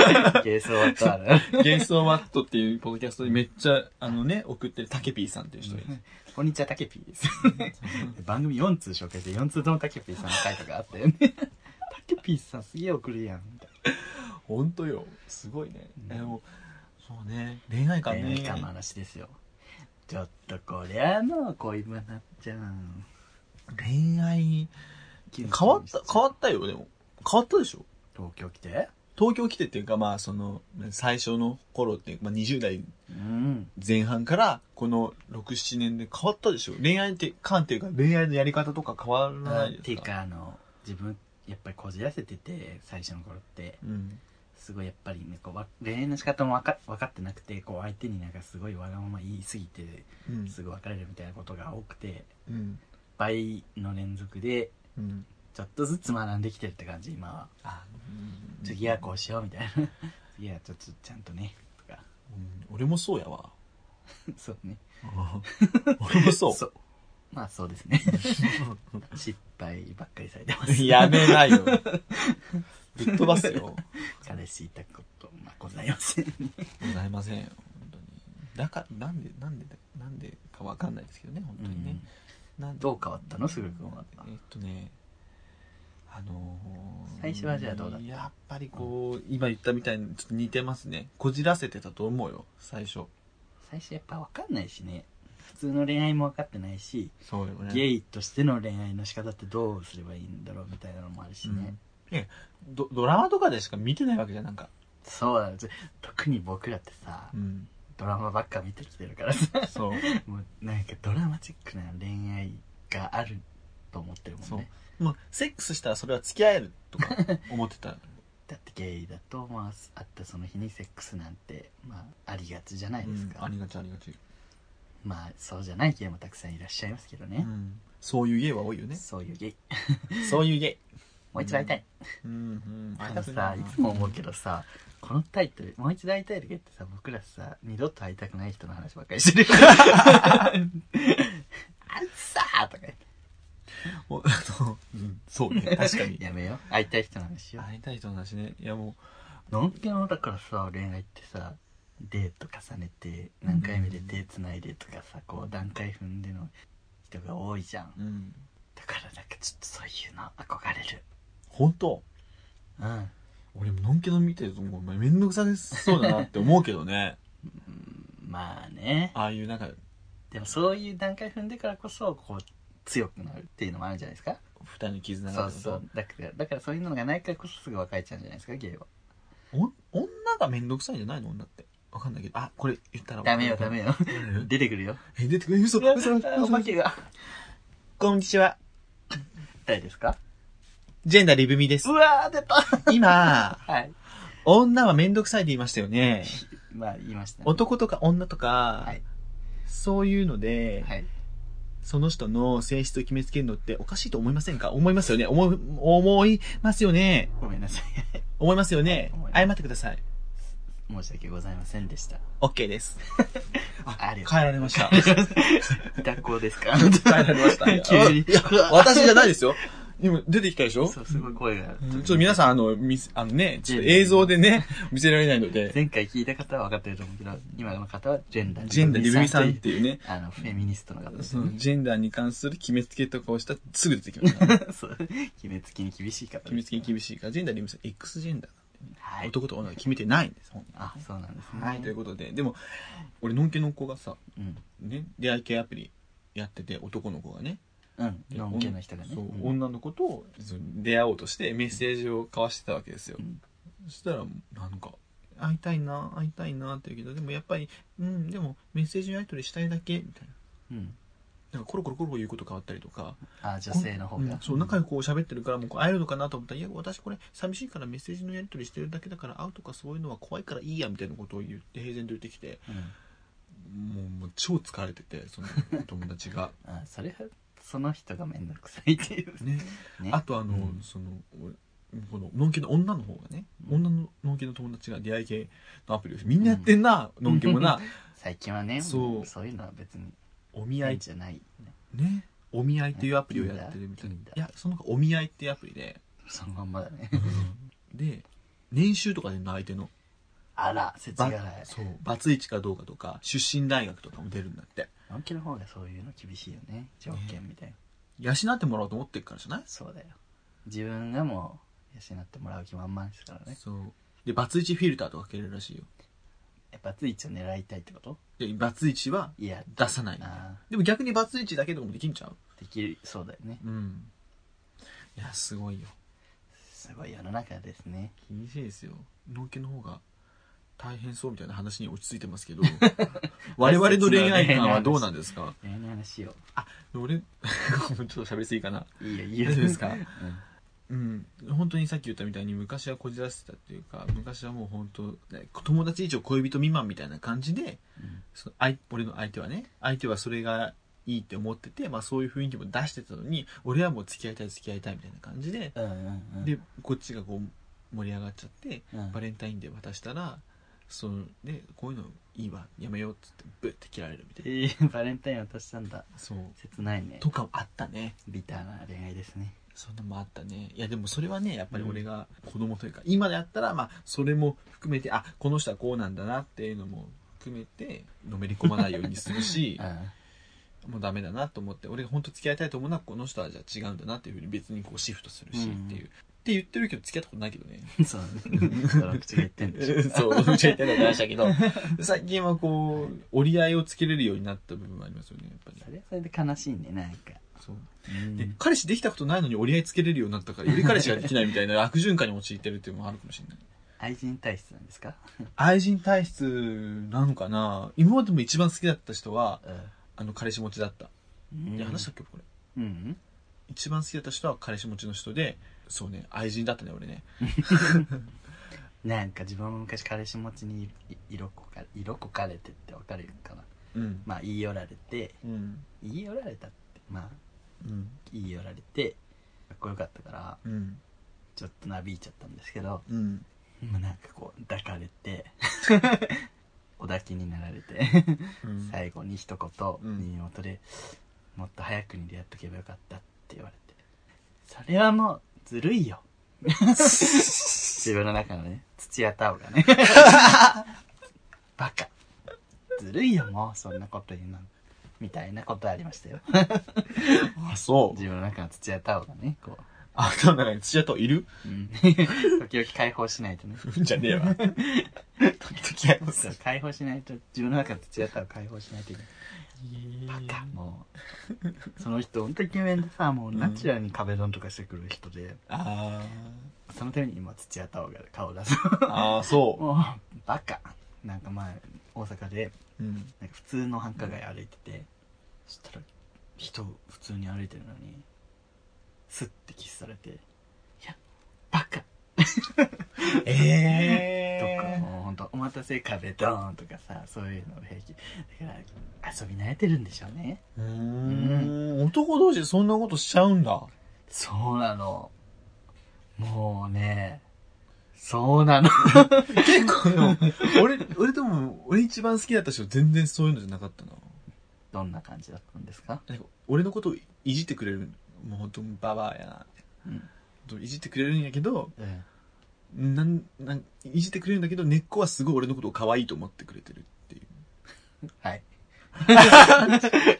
[SPEAKER 2] (laughs) ゲイソーワとある。
[SPEAKER 1] 幻想ワットっていうポッドキャストにめっちゃ、あのね、送ってるタケピーさんっていう人がいて
[SPEAKER 2] こんにちは、タケピーです。 (laughs) 番組4通紹介して、4通ともタケピーさんの回答があったよね。タケピーさんすげえ送るやん、みたい
[SPEAKER 1] ほんとよ。すごいね。
[SPEAKER 2] うん
[SPEAKER 1] でもそうね、恋愛
[SPEAKER 2] な。
[SPEAKER 1] 観ね。
[SPEAKER 2] 年間の話ですよ。ちょっとこりゃあの恋バナじゃん。
[SPEAKER 1] 恋愛、変わった、変わったよ、でも。変わったでしょ
[SPEAKER 2] 東京来て
[SPEAKER 1] 東京来てっていうか、まあ、その、最初の頃っていうか、まあ、20代
[SPEAKER 2] うん。
[SPEAKER 1] 前半から、この6、7年で変わったでしょ恋愛って、感っていうか、恋愛のやり方とか変わらないですか
[SPEAKER 2] っていう。か、あの、自分、やっぱりこじらせてて、最初の頃って。
[SPEAKER 1] うん。
[SPEAKER 2] すごいやっぱりねこうわ恋愛の仕方もわか分かってなくてこう相手になんかすごいわがまま言いすぎて
[SPEAKER 1] うん。
[SPEAKER 2] すぐ別れるみたいなことが多くて
[SPEAKER 1] うん。
[SPEAKER 2] 倍の連続で
[SPEAKER 1] うん。
[SPEAKER 2] ちょっとずつ学んできてるって感じ今は
[SPEAKER 1] あ、うん
[SPEAKER 2] 次はこうしようみたいな次はちょっとちゃんとねとか (laughs)
[SPEAKER 1] うん俺もそうや (laughs) わ。
[SPEAKER 2] そうね
[SPEAKER 1] 俺もそう。
[SPEAKER 2] まあそうですね (laughs) 失敗ばっかりされてます
[SPEAKER 1] やめない (laughs) よ。ぶっ飛ばすよ。
[SPEAKER 2] 彼氏いたことまあございません
[SPEAKER 1] ございませんよ。本当に。だから、なんで、なんで、なんでかわかんないですけどね、本当にね。なんで
[SPEAKER 2] どう変わったのすぐるくんは
[SPEAKER 1] えっとねあのー
[SPEAKER 2] 最初はじゃあどうだった
[SPEAKER 1] やっぱりこう、今言ったみたいにちょっと似てますねこじらせてたと思うよ最初
[SPEAKER 2] 最初やっぱ分かんないしね普通の恋愛も分かってないし
[SPEAKER 1] そうよね
[SPEAKER 2] ゲイとしての恋愛の仕方ってどうすればいいんだろうみたいなのもあるし
[SPEAKER 1] う
[SPEAKER 2] ね、
[SPEAKER 1] んねドドラマとかでしか見てないわけじゃんなんか、
[SPEAKER 2] そうだね特に僕らってさ、
[SPEAKER 1] うん、
[SPEAKER 2] ドラマばっか見てきてるからさ
[SPEAKER 1] (laughs) そう
[SPEAKER 2] もうなんかドラマチックな恋愛があると思ってるもん
[SPEAKER 1] そう
[SPEAKER 2] ね
[SPEAKER 1] もうセックスしたらそれは付き合えると (laughs) か思ってた
[SPEAKER 2] だってゲイだとまあ会ったその日にセックスなんてまあありがちじゃないです
[SPEAKER 1] うんあ
[SPEAKER 2] か、
[SPEAKER 1] りがちありがち、
[SPEAKER 2] まあそうじゃないゲイもたくさんいらっしゃいますけど
[SPEAKER 1] う
[SPEAKER 2] ね、
[SPEAKER 1] ん、そういうゲイは多いよね
[SPEAKER 2] そういうゲイ
[SPEAKER 1] そういうゲイ
[SPEAKER 2] もう一度会いたい、
[SPEAKER 1] うんうん
[SPEAKER 2] あ
[SPEAKER 1] 会い
[SPEAKER 2] の
[SPEAKER 1] たくな
[SPEAKER 2] さ
[SPEAKER 1] い
[SPEAKER 2] い
[SPEAKER 1] な
[SPEAKER 2] つも思うけどさこのタイトル「もう一度会いたい時」ってさ僕らさ二度と会いたくない人の話ばっかりしてるから
[SPEAKER 1] (laughs)
[SPEAKER 2] あっさーとか言って
[SPEAKER 1] もう (laughs) あのうんそうね確 (laughs) かに
[SPEAKER 2] やめよう会いたい人の話よ
[SPEAKER 1] 会いたい人の話ねいやもう
[SPEAKER 2] のんけのだからさ恋愛ってさデート重ねて何回目で手つないでとかさこう段階踏んでの人が多いじゃん
[SPEAKER 1] うん。
[SPEAKER 2] だからなんかちょっとそういうの憧れる
[SPEAKER 1] 本当
[SPEAKER 2] うん
[SPEAKER 1] 俺ものんけの見てるともうめんどくさそうだなって思うけどね。
[SPEAKER 2] (laughs) まあね
[SPEAKER 1] ああいうなんか、
[SPEAKER 2] でもそういう段階踏んでからこそこう強くなるっていうのもあるんじゃないですか
[SPEAKER 1] 二人の絆
[SPEAKER 2] そ
[SPEAKER 1] が
[SPEAKER 2] うそうだからだからそういうのがないからこそすぐ別れちゃうんじゃないですかゲイは
[SPEAKER 1] お女がめんどくさいんじゃないの女って。わかんないけど。あ、これ言ったら
[SPEAKER 2] ダメよ、ダメよ。出てくる (laughs) よ。
[SPEAKER 1] え、出てくる。嘘、嘘、嘘、嘘。
[SPEAKER 2] お化けが。
[SPEAKER 1] こんにちは。
[SPEAKER 2] 誰ですか
[SPEAKER 1] ジェンダーリブミです
[SPEAKER 2] う。わー、出た。
[SPEAKER 1] 今、
[SPEAKER 2] はい。
[SPEAKER 1] 女はめんどくさいって言いましたよね。
[SPEAKER 2] まあ、言いましたね。
[SPEAKER 1] 男とか女とか、
[SPEAKER 2] はい
[SPEAKER 1] そういうので、
[SPEAKER 2] はい。
[SPEAKER 1] その人の性質を決めつけるのっておかしいと思いませんか思いますよね思い、思いますよね
[SPEAKER 2] ごめんなさい。
[SPEAKER 1] 思いますよね
[SPEAKER 2] 思います
[SPEAKER 1] 謝ってください。
[SPEAKER 2] 申し訳ございませんでした。
[SPEAKER 1] OK です。
[SPEAKER 2] ありがとう
[SPEAKER 1] 帰られました。
[SPEAKER 2] 学校ですか
[SPEAKER 1] (laughs) 帰られました。
[SPEAKER 2] (laughs) 急に
[SPEAKER 1] いや、 (laughs) 私じゃないですよ。今、出てきたでしょ
[SPEAKER 2] そう、すごい声が。
[SPEAKER 1] ちょっと皆
[SPEAKER 2] ん。
[SPEAKER 1] さん、あの、みあのね、ちょっと映像で (laughs) ね、見せられないので、
[SPEAKER 2] 前回聞いた方は分かってると思うけど、今の方はジェンダー。
[SPEAKER 1] ジェンダーリブミさんっていうね、
[SPEAKER 2] あの、フェミニストの方です
[SPEAKER 1] そ
[SPEAKER 2] よ
[SPEAKER 1] の
[SPEAKER 2] ね。
[SPEAKER 1] ジェンダーに関する決めつけとかをしたらすぐ出て (laughs) きました。
[SPEAKER 2] そう。決めつきに厳しい方です。
[SPEAKER 1] 決めつけに厳しいから、ジェンダーリブミさん、X ジェンダー。
[SPEAKER 2] はい。
[SPEAKER 1] 男と女は決めてないんです、本
[SPEAKER 2] あ、そうなんです
[SPEAKER 1] 当に
[SPEAKER 2] ね。
[SPEAKER 1] はい、ということで、でも、俺、のんけの子がさ、
[SPEAKER 2] うん。
[SPEAKER 1] ね、出会い系アプリやってて、男の子がね、
[SPEAKER 2] うん。
[SPEAKER 1] で
[SPEAKER 2] のんけの人がね。
[SPEAKER 1] そう、
[SPEAKER 2] うん
[SPEAKER 1] 女の子とその出会おうとしてメッセージを交わしてたわけですよ、
[SPEAKER 2] うん
[SPEAKER 1] そしたらなんか会いたいな会いたいなって言うけどでもやっぱりうんでもメッセージのやり取りしたいだけみたいな
[SPEAKER 2] うん。
[SPEAKER 1] なんかコロコロコロコロ言うこと変わったりとか
[SPEAKER 2] あ、女性の方
[SPEAKER 1] う
[SPEAKER 2] が
[SPEAKER 1] ん。そう仲良くこう喋ってるからもう会えるのかなと思ったら「いや私これ寂しいからメッセージのやり取りしてるだけだから会うとかそういうのは怖いからいいや」みたいなことを言って平然と言ってきて
[SPEAKER 2] うん。
[SPEAKER 1] もうもう超疲れててそのお友達
[SPEAKER 2] (laughs)
[SPEAKER 1] が
[SPEAKER 2] あ、それは、その人がめんどくさいっていう。
[SPEAKER 1] ね
[SPEAKER 2] ね。
[SPEAKER 1] あとあの、
[SPEAKER 2] うん
[SPEAKER 1] その俺こののんけの女の方がね、
[SPEAKER 2] うん
[SPEAKER 1] 女ののんけの友達が出会い系のアプリをみんなやってんな、のんけも
[SPEAKER 2] (laughs)
[SPEAKER 1] な
[SPEAKER 2] 最近はね、
[SPEAKER 1] そう
[SPEAKER 2] そういうのは別に、
[SPEAKER 1] お見合
[SPEAKER 2] ないいじゃない。
[SPEAKER 1] ねお見合いっていうアプリをやってるみたいない
[SPEAKER 2] いんだ
[SPEAKER 1] やそのお見合いっていうアプリで
[SPEAKER 2] そのまんまだね。
[SPEAKER 1] で年収とかでの相手の
[SPEAKER 2] あら、せちが
[SPEAKER 1] ば
[SPEAKER 2] らい。
[SPEAKER 1] そうバツイチかどうかとか出身大学とかも出るんだって
[SPEAKER 2] のんけの方がそういうの厳しいよね。条件みたい
[SPEAKER 1] 養
[SPEAKER 2] な。
[SPEAKER 1] ってもらおうと思ってるからじゃない、
[SPEAKER 2] そうだよ。自分がもう、養ってもらう気満々ですからね。
[SPEAKER 1] そうでバツイチフィルターとかかけれるらしいよ
[SPEAKER 2] やっぱツイッチを狙いたいってこと
[SPEAKER 1] でバツイチはい
[SPEAKER 2] や、
[SPEAKER 1] 出さない
[SPEAKER 2] あ
[SPEAKER 1] でも逆にバツイチだけでもできんちゃう
[SPEAKER 2] ーできる、そうだよね。
[SPEAKER 1] うんいやすごいよ
[SPEAKER 2] すごい世の中ですね。
[SPEAKER 1] 厳しいですよ農家の方が大変そうみたいな話に落ち着いてます (laughs) けど我々の恋愛観はどうなんですか
[SPEAKER 2] 恋愛の話を。
[SPEAKER 1] 俺 (laughs) もうちょっと喋りすぎかない
[SPEAKER 2] いよ、いい
[SPEAKER 1] 大
[SPEAKER 2] よ。
[SPEAKER 1] 丈夫ですか
[SPEAKER 2] うん
[SPEAKER 1] (laughs) うん本当にさっき言ったみたいに昔はこじらせてたっていうか昔はもう本当ね友達以上恋人未満みたいな感じで
[SPEAKER 2] うん
[SPEAKER 1] その相俺の相手はね相手はそれがいいって思ってて、まあ、そういう雰囲気も出してたのに俺はもう付き合いたい付き合いたいみたいな感じで
[SPEAKER 2] うんうんうん。
[SPEAKER 1] でこっちがこう盛り上がっちゃって
[SPEAKER 2] うん、
[SPEAKER 1] バレンタインデー渡したらそのねこういうのいいわやめようっつってブッて切られるみたい
[SPEAKER 2] えーバレンタイン渡したんだ。
[SPEAKER 1] なそう
[SPEAKER 2] 切ないね。
[SPEAKER 1] とかもあったね
[SPEAKER 2] ビターな恋愛ですね。
[SPEAKER 1] そんなのもあったねいやでもそれはねやっぱり俺が子供というか、今であったらまあそれも含めてあこの人はこうなんだなっていうのも含めてのめり込まないようにする
[SPEAKER 2] (laughs)
[SPEAKER 1] し
[SPEAKER 2] う
[SPEAKER 1] もうダメだなと思って俺が本当付き合いたいと思うのはこの人はじゃあ違うんだなっていうふうに別にこうシフトするしっていう、
[SPEAKER 2] うん
[SPEAKER 1] って言ってるけど付き合ったことないけどね
[SPEAKER 2] ん。 (laughs) そうね。その口が言ってんでしょ。
[SPEAKER 1] (laughs) そう、むちゃ言ってた話だけど、 (laughs) 最近はこう、折り合いをつけれるようになった部分はありますよね、やっぱり
[SPEAKER 2] そ。れはそれで悲しいね、なんか。
[SPEAKER 1] そう。
[SPEAKER 2] うん
[SPEAKER 1] で、彼氏できたことないのに折り合いつけれるようになったから、より (laughs) 彼氏ができないみたいな悪循環に陥ってるっていうのもあるかもしれない。
[SPEAKER 2] 愛人体質なんですか
[SPEAKER 1] 愛人体質なのかな今までも一番好きだった人は、
[SPEAKER 2] う
[SPEAKER 1] あの、彼氏持ちだった。
[SPEAKER 2] ん
[SPEAKER 1] いや、話したっけこれ。
[SPEAKER 2] うん。
[SPEAKER 1] 一番好きだった人は彼氏持ちの人で、そうね、愛人だったね、俺ね。
[SPEAKER 2] なんか自分も昔彼氏持ちにい色こか色こかれてってわかるかな
[SPEAKER 1] うん。
[SPEAKER 2] まあ言い寄られて
[SPEAKER 1] うん。
[SPEAKER 2] 言い寄られたってまあ
[SPEAKER 1] うん。
[SPEAKER 2] 言い寄られてかっこよかったから
[SPEAKER 1] うん。
[SPEAKER 2] ちょっとなびいちゃったんですけど、
[SPEAKER 1] うん。
[SPEAKER 2] まあ、なんかこう抱かれて (laughs) お抱きになられて
[SPEAKER 1] (laughs) うん
[SPEAKER 2] 最後に一
[SPEAKER 1] う
[SPEAKER 2] 言
[SPEAKER 1] ん
[SPEAKER 2] 耳元で、もっと早くに出会っとけばよかった」って言われてそれはもうずるいよ自分の中のね土屋太鳳がね (laughs) バカずるいよもうそんなこと言うなんてみたいなことありましたよ
[SPEAKER 1] あ、そう。
[SPEAKER 2] (laughs) 自分の中の土屋太鳳がねこ
[SPEAKER 1] あ、でもなんか、土屋といる
[SPEAKER 2] う、うん、 (laughs) 時々解放しないとね
[SPEAKER 1] じゃねえわ。時々ありますよ
[SPEAKER 2] 解放しないと自分の中の土屋太鳳を解放しないといけないバカもうその人本当イケメンでさもうナチュラルに壁ドンとかしてくる人で、
[SPEAKER 1] あ
[SPEAKER 2] そのために今土屋太鳳が顔を出す
[SPEAKER 1] ーあー、そ
[SPEAKER 2] もうバカなんか前大阪で
[SPEAKER 1] うん。
[SPEAKER 2] なんか普通の繁華街歩いてて、そしたら人普通に歩いてるのにスッてキスされて「いやバカ!」とか、
[SPEAKER 1] え
[SPEAKER 2] もうほんと「お待たせ壁ドーン!」とかさそういうの平気だから遊び慣れてるんでしょうね
[SPEAKER 1] ー。うーん。男同士でそんなことしちゃうんだ。
[SPEAKER 2] そうなのもうねそうなの
[SPEAKER 1] 結構でも、俺、俺でも、俺一番好きだった人全然そういうのじゃなかったな。
[SPEAKER 2] どんな感じだったんですか
[SPEAKER 1] なんか俺のことをいじってくれる。もう本当ババアやな。
[SPEAKER 2] うん、
[SPEAKER 1] いじってくれるんやけど、
[SPEAKER 2] うん、
[SPEAKER 1] なん、なん、いじってくれるんだけど、根っこはすごい俺のことを可愛いと思ってくれてるっていう。
[SPEAKER 2] はい (laughs)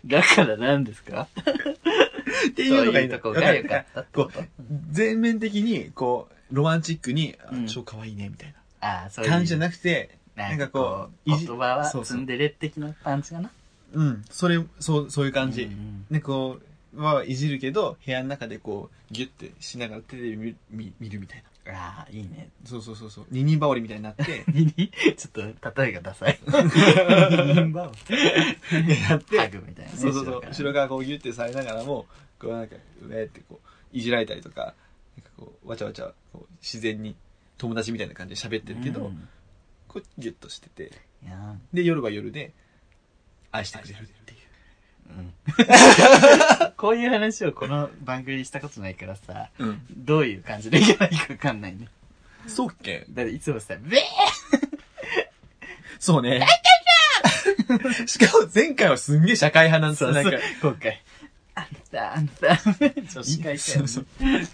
[SPEAKER 2] だから何ですか
[SPEAKER 1] って
[SPEAKER 2] そう
[SPEAKER 1] のがい
[SPEAKER 2] い
[SPEAKER 1] うい
[SPEAKER 2] とこが良かったってこと。
[SPEAKER 1] 全面的に、こう、ロマンチックに、あ
[SPEAKER 2] うん
[SPEAKER 1] 超可愛いね、みたい
[SPEAKER 2] ああ、そう
[SPEAKER 1] な
[SPEAKER 2] いう。
[SPEAKER 1] 感じじゃな
[SPEAKER 2] く
[SPEAKER 1] くて、なんかこうい
[SPEAKER 2] 言
[SPEAKER 1] じ
[SPEAKER 2] 葉は
[SPEAKER 1] そう
[SPEAKER 2] ツ
[SPEAKER 1] そう
[SPEAKER 2] ンデレ的なパンチかな。
[SPEAKER 1] うん、それ、そう、そういう感じ。
[SPEAKER 2] うんうん
[SPEAKER 1] で、こう、はいじるけど、部屋の中でこう、ギュッてしながらテレビ見見見るみたいな。
[SPEAKER 2] ああ、い
[SPEAKER 1] (laughs)
[SPEAKER 2] いね。
[SPEAKER 1] そうそうそうそう。二人羽織みたいにな
[SPEAKER 2] (laughs)
[SPEAKER 1] って、
[SPEAKER 2] ちょっと、例えが
[SPEAKER 1] (laughs)
[SPEAKER 2] ダサい。や
[SPEAKER 1] って
[SPEAKER 2] (laughs) ハグみたいなね。
[SPEAKER 1] そうそうそう。後ろ
[SPEAKER 2] が。
[SPEAKER 1] からこうギュッてされながらも、こうなんか、うえーってこう、いじられたりとか、なんかこう、わちゃわちゃ、こう、自然に友達みたいな感じで喋ってるけど、
[SPEAKER 2] うん
[SPEAKER 1] こう、ギュッとしてて、
[SPEAKER 2] いや
[SPEAKER 1] で、夜は夜で、愛してくれるっていう。 (laughs)
[SPEAKER 2] ーこういう話をこの番組にしたことないからさ、
[SPEAKER 1] うん。
[SPEAKER 2] どういう感じでいけばいいかわかんないね。
[SPEAKER 1] そうっけ
[SPEAKER 2] だっていつもさ、べー
[SPEAKER 1] そうね。 (laughs) しかも前回はすんげえ社会派なんですよ。なんか、
[SPEAKER 2] 今回。あんた、あんた、女子会だよ
[SPEAKER 1] そ
[SPEAKER 2] ね
[SPEAKER 1] うそう。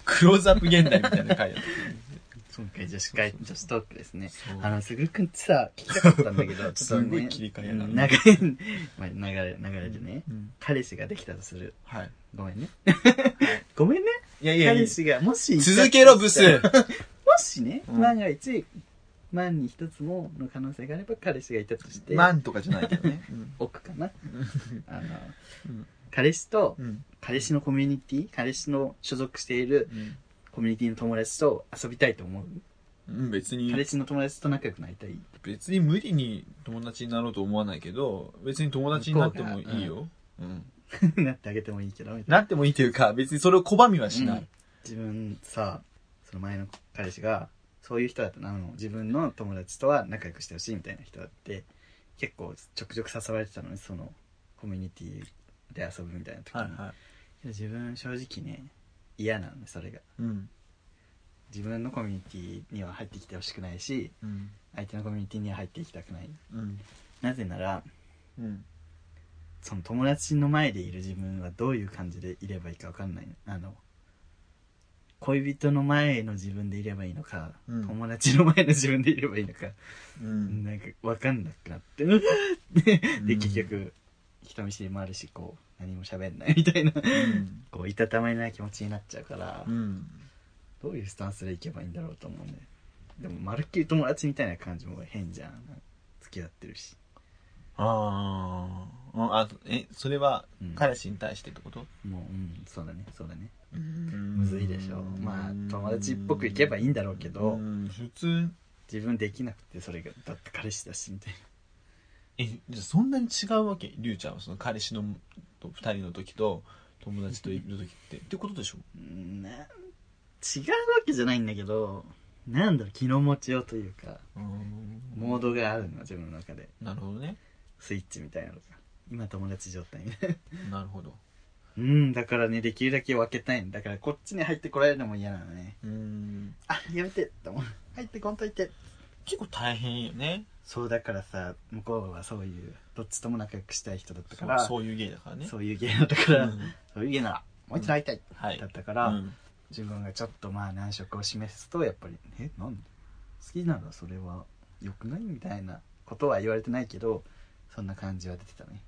[SPEAKER 1] クローズアップ現代みたいな回だっ
[SPEAKER 2] 今回女子会、女子トークですね
[SPEAKER 1] そう。
[SPEAKER 2] あの、すぐくんってさ、聞きたかったんだ
[SPEAKER 1] (laughs)
[SPEAKER 2] けど、ちょっとね
[SPEAKER 1] すごい切り替えな
[SPEAKER 2] うん流れ、まあ、流れ、流れでね、
[SPEAKER 1] うん
[SPEAKER 2] 彼氏ができたとする。
[SPEAKER 1] た。はい。
[SPEAKER 2] ごめんね。ごめんね。
[SPEAKER 1] いやいやい
[SPEAKER 2] 彼
[SPEAKER 1] や、
[SPEAKER 2] 氏が、もし、
[SPEAKER 1] 続けろ、ブス。
[SPEAKER 2] もしね、
[SPEAKER 1] うん
[SPEAKER 2] 万が一、万に一つもの可能性があれば彼氏がいたとして、
[SPEAKER 1] マンとかじゃないけどね。うん
[SPEAKER 2] 奥かな。あの
[SPEAKER 1] うん、
[SPEAKER 2] 彼氏と
[SPEAKER 1] う、ん。
[SPEAKER 2] 彼氏のコミュニティ、彼氏の所属している
[SPEAKER 1] うん
[SPEAKER 2] コミュニティの友達と遊びたいと思う。
[SPEAKER 1] うん、別に
[SPEAKER 2] 彼、氏の友達と仲良くなりたい。
[SPEAKER 1] 別に無理に友達になろうと思わないけど、別に友達になってもいいよ。うん。
[SPEAKER 2] (laughs) なってあげてもいいけど、みたいな。
[SPEAKER 1] なってもいいというか、別にそれを拒みはしな
[SPEAKER 2] うん
[SPEAKER 1] い。
[SPEAKER 2] 自分さその前の彼氏がそういう人だったなあの自分の友達とは仲良くしてほしいみたいな人だって結構ちょくちょく誘われてたのねそのコミュニティで遊ぶみたいな時に、
[SPEAKER 1] はいはい。
[SPEAKER 2] けど自分正直ね嫌なのねそれが
[SPEAKER 1] うん。
[SPEAKER 2] 自分のコミュニティには入ってきてほしくないし
[SPEAKER 1] うん。
[SPEAKER 2] 相手のコミュニティには入っていきたくない
[SPEAKER 1] うん。
[SPEAKER 2] なぜなら
[SPEAKER 1] うん。
[SPEAKER 2] その友達の前でいる自分はどういう感じでいればいいか分かんないあの恋人の前の自分でいればいいのか、
[SPEAKER 1] うん
[SPEAKER 2] 友達の前の自分でいればいいのか、
[SPEAKER 1] うん
[SPEAKER 2] なんか分かんなくなって、で結局人見知りもあるしこう何も喋んないみたいな、 (laughs)
[SPEAKER 1] ん
[SPEAKER 2] こういたたまれない気持ちになっちゃうから、
[SPEAKER 1] うん。
[SPEAKER 2] どういうスタンスでいけばいいんだろうと思うねでもまるっきり友達みたいな感じも変じゃん付き合ってるし
[SPEAKER 1] あーうんあと。え、それは
[SPEAKER 2] うん
[SPEAKER 1] 彼氏に対してってこと
[SPEAKER 2] もううんそうだねそうだね
[SPEAKER 1] む
[SPEAKER 2] むずいでしょまあ友達っぽくいけばいいんだろうけど
[SPEAKER 1] 普通、
[SPEAKER 2] 自分できなくてそれがだって彼氏だしみたい
[SPEAKER 1] え、じゃあそんなに違うわけりゅうちゃんはその彼氏のと二人の時と友達といる時って。ってことでしょ
[SPEAKER 2] なうんな違うわけじゃないんだけどなんだろう気の持ちようというかモードがあるの自分の中で
[SPEAKER 1] なるほどね。
[SPEAKER 2] スイッチみたいなのが今友達状態みたいな
[SPEAKER 1] なるほど。
[SPEAKER 2] (laughs) うんだからねできるだけ分けたいんだからこっちに入ってこられるのも嫌なのね
[SPEAKER 1] うん。
[SPEAKER 2] あやめてって思う入ってこんといて
[SPEAKER 1] 結構大変よね。
[SPEAKER 2] そうだからさ向こうはそういうどっちとも仲良くしたい人だった
[SPEAKER 1] そ
[SPEAKER 2] か
[SPEAKER 1] う
[SPEAKER 2] ら
[SPEAKER 1] そういう芸だからね。
[SPEAKER 2] そういう芸だったから、
[SPEAKER 1] うん
[SPEAKER 2] そういう芸ならもう一度会いたい、
[SPEAKER 1] はい
[SPEAKER 2] だ。ったか
[SPEAKER 1] う
[SPEAKER 2] ら、
[SPEAKER 1] ん
[SPEAKER 2] 自分がちょっとまあ難色を示すとやっぱり「えなんで好きならそれは良くない?」みたいなことは言われてないけどそんな感じは出てたね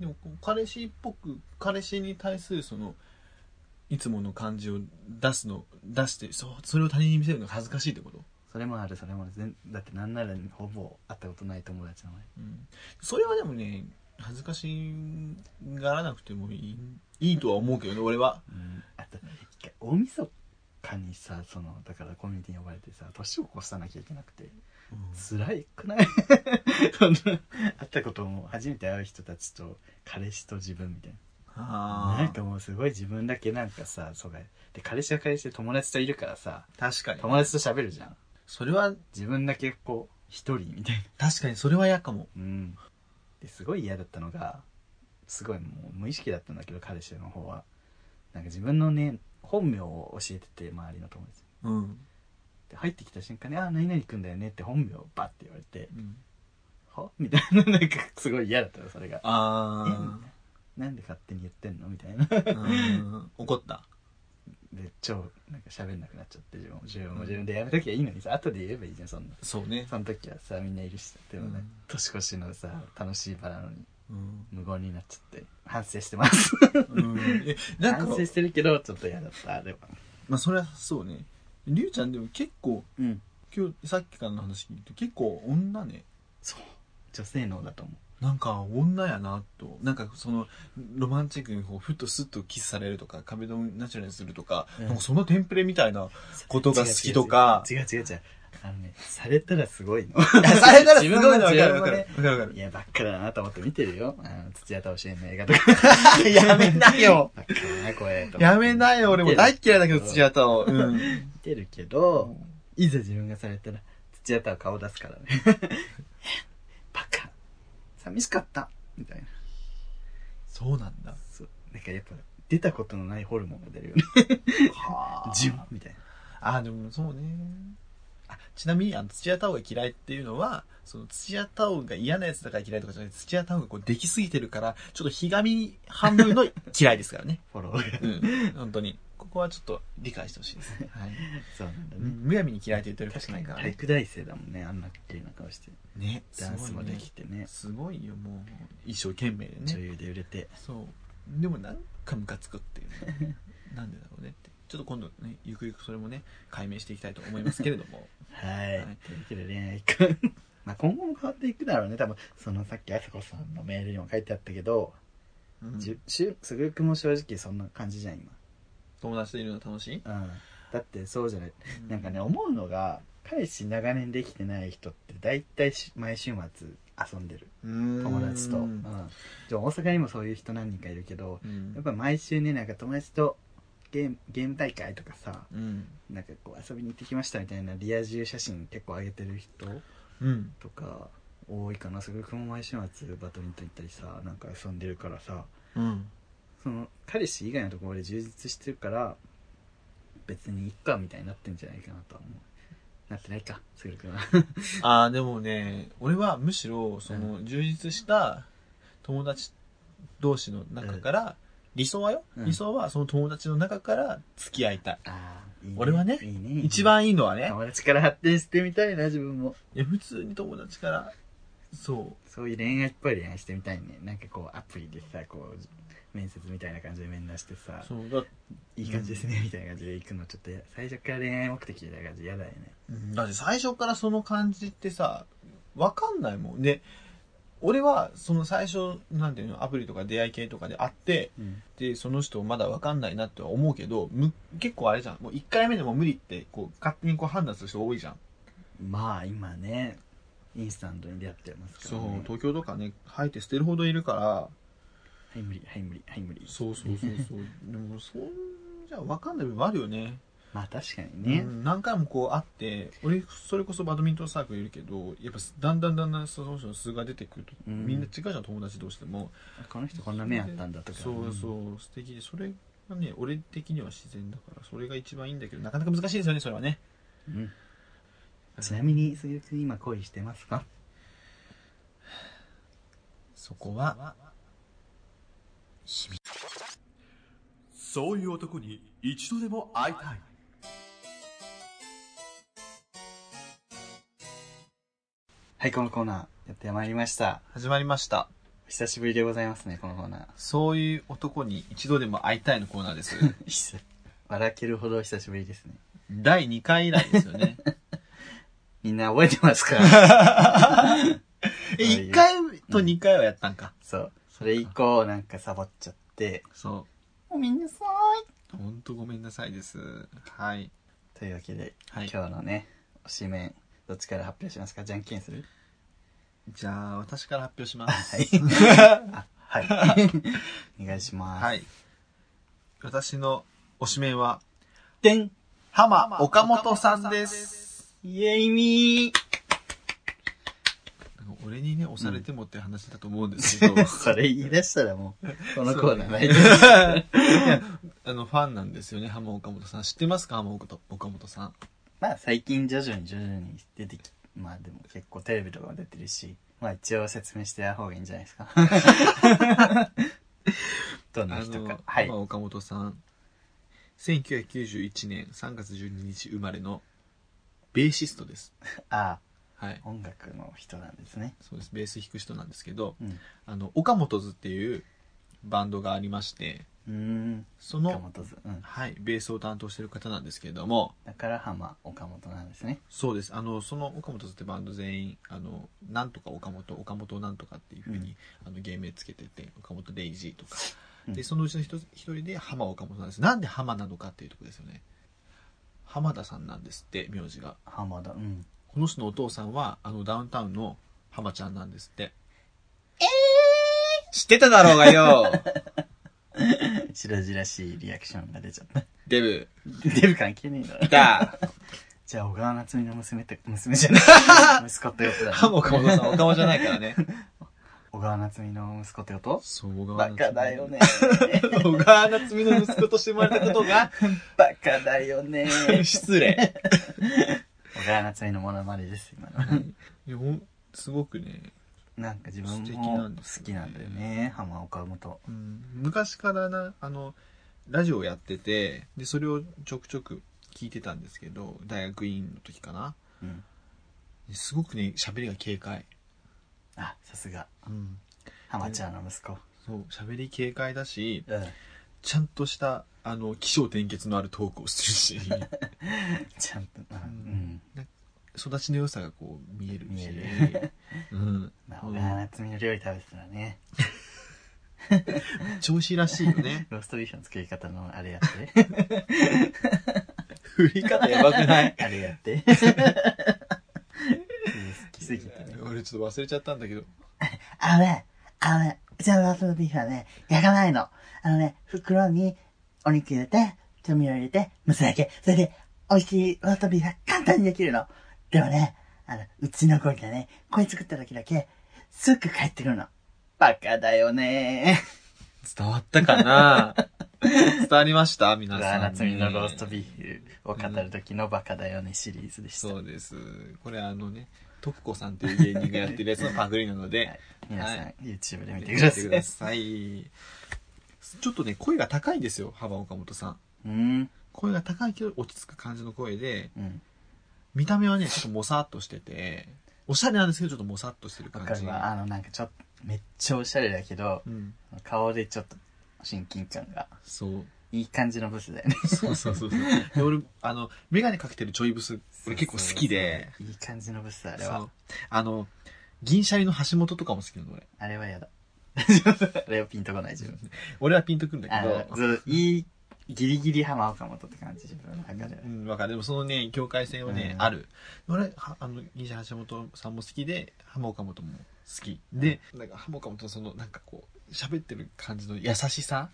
[SPEAKER 1] でもこう彼氏っぽく彼氏に対するそのいつもの感じを出すの出してそうそれを他人に見せるのが恥ずかしいってこと、
[SPEAKER 2] それもあるそれもある全だってなんならほぼ会ったことない友達の前
[SPEAKER 1] うん、それはでもね恥ずかしがらなくてもいいいいとは思うけどね俺は
[SPEAKER 2] うんあと一回大晦日にさそのだからコミュニティに呼ばれてさ年を越さなきゃいけなくて辛いくない (laughs) そんな会ったことも初めて会う人たちと彼氏と自分みたいなな
[SPEAKER 1] あ
[SPEAKER 2] んかもうすごい自分だけなんかさそれで彼氏は彼氏で友達といるからさ
[SPEAKER 1] あ。確かに。
[SPEAKER 2] 友達と喋るじゃん
[SPEAKER 1] それは、
[SPEAKER 2] 自分だけこう一人みたいな
[SPEAKER 1] 確かにそれは嫌かも。
[SPEAKER 2] うんですごい嫌だったのがすごいもう無意識だったんだけど彼氏の方はなんか自分のね本名を教えてて周りの友達に
[SPEAKER 1] うん。
[SPEAKER 2] で入ってきた瞬間に「ああ何々くんだよね」って本名をバッて言われて
[SPEAKER 1] うん
[SPEAKER 2] はみたいな、なんかすごい嫌だったの、それが。えみたい
[SPEAKER 1] あ
[SPEAKER 2] ななんで勝手に言ってんのみたいな。
[SPEAKER 1] あ。うん怒った。
[SPEAKER 2] で、超、なんか喋んなくなっちゃって、自分も、自分も自分でやめときゃいいのにさ、後で言えばいいじゃん、そんな。
[SPEAKER 1] そうね。
[SPEAKER 2] その時はさ、みんないるしさ、でもね、
[SPEAKER 1] うん
[SPEAKER 2] 年越しのさ、楽しい場なのに、
[SPEAKER 1] うん。
[SPEAKER 2] 無言になっちゃって、反省してます。
[SPEAKER 1] うんえ、 (laughs) なん
[SPEAKER 2] 反
[SPEAKER 1] か
[SPEAKER 2] 省、してるけど、ちょっと嫌だった、あれは。
[SPEAKER 1] まあそれはそうね。りゅうちゃんでも結構、
[SPEAKER 2] うん。
[SPEAKER 1] 今日、さっきからの話聞いて、結構女ね。
[SPEAKER 2] そう。女性能だと思う。
[SPEAKER 1] なんか女やなと。なんかその、ロマンチックにこう、ふっとスッとキスされるとか、壁ドンナチュラルにするとか、
[SPEAKER 2] うん
[SPEAKER 1] なんかそのテンプレみたい (laughs) なことが好きとか。
[SPEAKER 2] 違う違う違う違う違う。あのね、されたらすごい
[SPEAKER 1] (laughs)
[SPEAKER 2] の。
[SPEAKER 1] されたらすごい
[SPEAKER 2] 自
[SPEAKER 1] の
[SPEAKER 2] 分
[SPEAKER 1] わ
[SPEAKER 2] の
[SPEAKER 1] かるわ
[SPEAKER 2] 自分
[SPEAKER 1] かる
[SPEAKER 2] のね。
[SPEAKER 1] わかるわかる。
[SPEAKER 2] いや、ばっかだなと思って見てるよ。あの土屋太鳳主演の映画とか。
[SPEAKER 1] (laughs) やめなよ。
[SPEAKER 2] ばっかだな、これ。
[SPEAKER 1] やめなよ、俺も大っ嫌いだけど、土屋太鳳。うん。
[SPEAKER 2] 見てるけど、いざ自分がされたら、土屋太鳳顔出すからね。え (laughs) バカ。寂しかった。みたいな。
[SPEAKER 1] (laughs) そうなん (laughs) だ。
[SPEAKER 2] そう。なんかやっぱ、出たことのないホルモンが出るよね。
[SPEAKER 1] は
[SPEAKER 2] ジュンみたいな。
[SPEAKER 1] あ、でもそうね。あちなみに、あの、土屋太鳳が嫌いっていうのは、その土屋太鳳が嫌なやつだから嫌いとかじゃなくて、土屋太鳳がこうできすぎてるから、ちょっとひがみ半分の嫌いですからね。
[SPEAKER 2] フォロ
[SPEAKER 1] うん。
[SPEAKER 2] ーが。
[SPEAKER 1] 本当に。ここはちょっと理解してほしいです。
[SPEAKER 2] (laughs)
[SPEAKER 1] はい。
[SPEAKER 2] そうなんだ
[SPEAKER 1] うん
[SPEAKER 2] ね。
[SPEAKER 1] むやみに嫌いと言ってるわけじ
[SPEAKER 2] 確
[SPEAKER 1] ゃ
[SPEAKER 2] か
[SPEAKER 1] ない
[SPEAKER 2] に
[SPEAKER 1] から
[SPEAKER 2] 体
[SPEAKER 1] ね。
[SPEAKER 2] 育大生だもんね。あんな綺麗な顔して。
[SPEAKER 1] ね。
[SPEAKER 2] ダンスもでき
[SPEAKER 1] て。
[SPEAKER 2] てね。
[SPEAKER 1] すごいよ、もう。一生懸命で
[SPEAKER 2] 女
[SPEAKER 1] ね。
[SPEAKER 2] 優で売れて。
[SPEAKER 1] そう。でもなんかムカつくっていうね。 (laughs) なんでだろうねって。ちょっと今度ね、ゆくゆくそれもね、解明していきたいと思いますけれど
[SPEAKER 2] (laughs)
[SPEAKER 1] も。
[SPEAKER 2] はい。
[SPEAKER 1] はい
[SPEAKER 2] というわけで恋愛観。 (laughs) まあ今後も変わっていくだろうね。多分、そのさっきあさこさんのメールにも書いてあったけど、
[SPEAKER 1] うん
[SPEAKER 2] じゅしゅすぐるくんも正直そんな感じじゃん、
[SPEAKER 1] 友達といるの楽しい
[SPEAKER 2] 今。うん。だってそうじゃない。なんかね、思うのが、彼氏長年できてない人って大体し毎週末遊んでる。友
[SPEAKER 1] 友
[SPEAKER 2] 達と。う
[SPEAKER 1] うんん。
[SPEAKER 2] じゃあ大阪にもそういう人何人かいるけど、やっぱ毎週ね、なんか友達とゲーム、ゲーム大会とかさ、
[SPEAKER 1] うん。
[SPEAKER 2] なんかこう遊びに行ってきましたみたいなリア充写真結構上げてる人
[SPEAKER 1] うん。
[SPEAKER 2] とか多いかなすごくも毎週末バドミントン行ったりさなんか遊んでるからさ
[SPEAKER 1] うん。
[SPEAKER 2] その彼氏以外のところで充実してるから別にいっかみたいになってんじゃないかなとは思うなってないかすぐるくんは
[SPEAKER 1] ああ、でもね、俺はむしろ、その、充実した友達同士の中から、理想はよ、
[SPEAKER 2] うん
[SPEAKER 1] 理想はその友達の中から付き合いたい。
[SPEAKER 2] ああいい
[SPEAKER 1] 俺はね
[SPEAKER 2] いいね
[SPEAKER 1] 一番いいのはね、
[SPEAKER 2] 友達から発展してみたいな自分も
[SPEAKER 1] いや、普通に友達から、そ
[SPEAKER 2] そういう恋愛っぽい恋愛してみたいねなんかこうアプリでさこう面接みたいな感じで面談してさ
[SPEAKER 1] う。そうだ、
[SPEAKER 2] いい感じですね、みたいな感じで行くのちょっとや最初から恋愛目的みたいな感じ嫌だよね
[SPEAKER 1] うんだって最初からその感じってさ、わかんないもん。で、俺は、その最初、なんていうの、アプリとか出会い系とかで会って、
[SPEAKER 2] うん
[SPEAKER 1] で、その人まだわかんないなって思うけど、む結構あれじゃん。もう1回目でも無理って、こう、勝手にこう判断する人多いじゃん。
[SPEAKER 2] まあ今ねインスタントに出会ってますから、
[SPEAKER 1] そう
[SPEAKER 2] ね、、
[SPEAKER 1] 東京とかね、生えて捨てるほどいるから、
[SPEAKER 2] はい無理はい無理はい無理
[SPEAKER 1] そうそうそうそう。でも、そん (laughs) じゃわかんない部分あるよね。
[SPEAKER 2] まあ確かにね、
[SPEAKER 1] うん何回もこう会って、俺、それこそバドミントンサークルいるけど、やっぱだんだんだんだんその人の数が出てくると、
[SPEAKER 2] うん
[SPEAKER 1] みんな違うじゃん、友達同士でも。
[SPEAKER 2] この人こんな目あったんだとか
[SPEAKER 1] そうそう、素敵で、それがね、俺的には自然だから、それが一番いいんだけど、なかなか難しいですよね、それはね。
[SPEAKER 2] うん、ちなみに杉浦君今恋してますか
[SPEAKER 1] そこは、
[SPEAKER 4] そういう男に一度でも会いたい。
[SPEAKER 2] はいこのコーナーやってまいりました
[SPEAKER 1] 始まりました。
[SPEAKER 2] お久しぶりでございますねこのコーナー
[SPEAKER 1] そういう男に一度でも会いたいのコーナー (laughs) です。
[SPEAKER 2] (laughs) 久笑けるほどお久しぶりですね
[SPEAKER 1] 第2回以来ですよ (laughs) ね。
[SPEAKER 2] みんな覚えてますか (laughs)
[SPEAKER 1] え、1回と2回はやったんか。
[SPEAKER 2] そうそれ以降なんかサボっちゃって
[SPEAKER 1] そ
[SPEAKER 2] ごめんなさ
[SPEAKER 1] う。ほんとごめんなさいです。はい。
[SPEAKER 2] いというわけで
[SPEAKER 1] はい。
[SPEAKER 2] 今日のね、推しメン、どっちから発表しますかじゃんけんする
[SPEAKER 1] じゃあ、私から発表します。
[SPEAKER 2] はい。あ (laughs) はい。お願いします。
[SPEAKER 1] はい。私の推しメンは、
[SPEAKER 2] でん
[SPEAKER 1] 浜岡本さんです。
[SPEAKER 2] イエイミ
[SPEAKER 1] なんか俺にね、押されてもって話だと思うん (laughs) ですけど、
[SPEAKER 2] ーそれ言い出したらもう、このコーナー
[SPEAKER 1] (laughs)
[SPEAKER 2] ない。
[SPEAKER 1] あの、ファンなんですよね、浜岡本さん。知ってますか浜岡岡本さん。
[SPEAKER 2] まあ最近徐々に徐々に出てき、まあでも結構テレビとかも出てるし、まあ一応説明してやる方がいいんじゃないですか。
[SPEAKER 1] (laughs)
[SPEAKER 2] どんな
[SPEAKER 1] あ
[SPEAKER 2] 人
[SPEAKER 1] の
[SPEAKER 2] か。、はい
[SPEAKER 1] 浜。岡本さん。1991年3月12日生まれの、ベーシストです。
[SPEAKER 2] あ
[SPEAKER 1] はい。
[SPEAKER 2] 音楽の人なんですね。
[SPEAKER 1] そうです。ベース弾く人なんですけど、
[SPEAKER 2] うん。
[SPEAKER 1] あの、岡本図っていうバンドがありまして、
[SPEAKER 2] うーん。
[SPEAKER 1] そ
[SPEAKER 2] 岡
[SPEAKER 1] の、
[SPEAKER 2] 本図。うん。
[SPEAKER 1] はい、ベースを担当してる方なんですけれども、
[SPEAKER 2] だから浜岡本なんですね。
[SPEAKER 1] そうです。あの、その岡本図ってバンド全員、あの、なんとか岡本、岡本なんとかっていうふうに、あの、芸名つけてて、岡本デイジーとか。
[SPEAKER 2] うん
[SPEAKER 1] で、そのうちの一つ一人で浜岡本なんです。なんで浜なのかっていうとこですよね。浜田さんなんですって、名字が。
[SPEAKER 2] 浜田。うん。
[SPEAKER 1] この人のお父さんは、あの、ダウンタウンの浜ちゃんなんですって。えー、知ってただろうがよ (laughs)
[SPEAKER 2] 白々しいリアクションが出ちゃった。
[SPEAKER 1] デブ、
[SPEAKER 2] デブ関係ねえだろ
[SPEAKER 1] い。た
[SPEAKER 2] じゃあ小川夏美の娘って、娘じゃ
[SPEAKER 1] (laughs)
[SPEAKER 2] ない。息子ってことだ、ね。
[SPEAKER 1] 浜岡本さん、岡本じゃないからね。
[SPEAKER 2] 小川夏美の息子ってこと
[SPEAKER 1] そう
[SPEAKER 2] バカだよ。ね。
[SPEAKER 1] 小川夏美の息子として生まれたことが、
[SPEAKER 2] バカだよ (laughs) ね。
[SPEAKER 1] (laughs) 失礼。
[SPEAKER 2] 小川夏美のモノマネです、今 (laughs) の。
[SPEAKER 1] いやほんすごくね、
[SPEAKER 2] なんか自分
[SPEAKER 1] 素敵
[SPEAKER 2] も
[SPEAKER 1] なんです
[SPEAKER 2] 好
[SPEAKER 1] よね
[SPEAKER 2] きなんだよね、浜岡本。
[SPEAKER 1] うん昔からな、あの、ラジオやってて、で、それをちょくちょく聞いてたんですけど、大学院の時かな。
[SPEAKER 2] うん。
[SPEAKER 1] すごくね、喋りが軽快。
[SPEAKER 2] あ、さすが。
[SPEAKER 1] うん。
[SPEAKER 2] 浜ちゃんの息子。
[SPEAKER 1] そう、喋り軽快だし、
[SPEAKER 2] うん。
[SPEAKER 1] ちゃんとした、あの、気象転結のあるトークをするし、 (laughs)
[SPEAKER 2] ちゃんと、うん。
[SPEAKER 1] ん育ちの良さがこう見えるし。
[SPEAKER 2] 見え
[SPEAKER 1] うん。
[SPEAKER 2] まあ、小川夏美の料理食べてたらね、
[SPEAKER 1] 調子いいらしいよね。
[SPEAKER 2] ローストビーフの作り方のあれ (laughs) やって。
[SPEAKER 1] (laughs) 振り方やばくない
[SPEAKER 2] あれや (laughs) って。好きすぎてね。
[SPEAKER 1] 俺ちょっと忘れちゃったんだけど。
[SPEAKER 2] あのね、あのね、うちのローストビーフはね、焼かないの。あのね、袋にお肉入れて、調味料入れて、蒸すだけ。それで、美味しいローストビーフが簡単にできるの。でもね、あの、うちのゴリラね、これ作った時だけ、すぐ帰ってくるの。バカだよね
[SPEAKER 1] 伝わったか
[SPEAKER 2] (laughs)
[SPEAKER 1] な伝わりました皆さんに。
[SPEAKER 2] 夏美のローストビーフを語る時のバカだよねシリーズでした。
[SPEAKER 1] そうです。これあのね、徳子さんっていう芸人がやってるやつのパクリなので、
[SPEAKER 2] 皆さん、
[SPEAKER 1] はい
[SPEAKER 2] YouTube で見て
[SPEAKER 1] 見て
[SPEAKER 2] くだ
[SPEAKER 1] く
[SPEAKER 2] さい。
[SPEAKER 1] ださい。ちょっとね、声が高いですよ、幅岡本さん。
[SPEAKER 2] うん、
[SPEAKER 1] 声が高いけど落ち着く感じの声で、
[SPEAKER 2] うん。
[SPEAKER 1] 見た目はね、ちょっともさっとしてて、おしゃれなんですけど、ちょっともさっとしてる
[SPEAKER 2] わ
[SPEAKER 1] 感
[SPEAKER 2] か
[SPEAKER 1] じ。
[SPEAKER 2] るわ。あの、なんかちょっと、めっちゃおしゃれだけど、
[SPEAKER 1] うん。
[SPEAKER 2] 顔でちょっと親近感が
[SPEAKER 1] そう。
[SPEAKER 2] いい感じのブスだよね
[SPEAKER 1] そうそうそうそう。で、俺、あの、メガネかけてるちょいブス、俺結構好きで、
[SPEAKER 2] いい感じのブスだあれ
[SPEAKER 1] そ
[SPEAKER 2] は
[SPEAKER 1] うあの、銀シャリの橋本とかも好きなの、俺。
[SPEAKER 2] あれはやだ (laughs) あれはピンとこない自分
[SPEAKER 1] 俺はピンとくるんだ
[SPEAKER 2] あ
[SPEAKER 1] け
[SPEAKER 2] の
[SPEAKER 1] ど、
[SPEAKER 2] ずいいギリギリ浜岡本って感じ自分の中では
[SPEAKER 1] うん、わかる。でもそのね、境界線はね、
[SPEAKER 2] うん
[SPEAKER 1] ある。俺、はあの、銀シャリ橋本さんも好きで、浜岡本も好き。で、なんか浜岡本のその、なんかこう、喋ってる感じの優しさ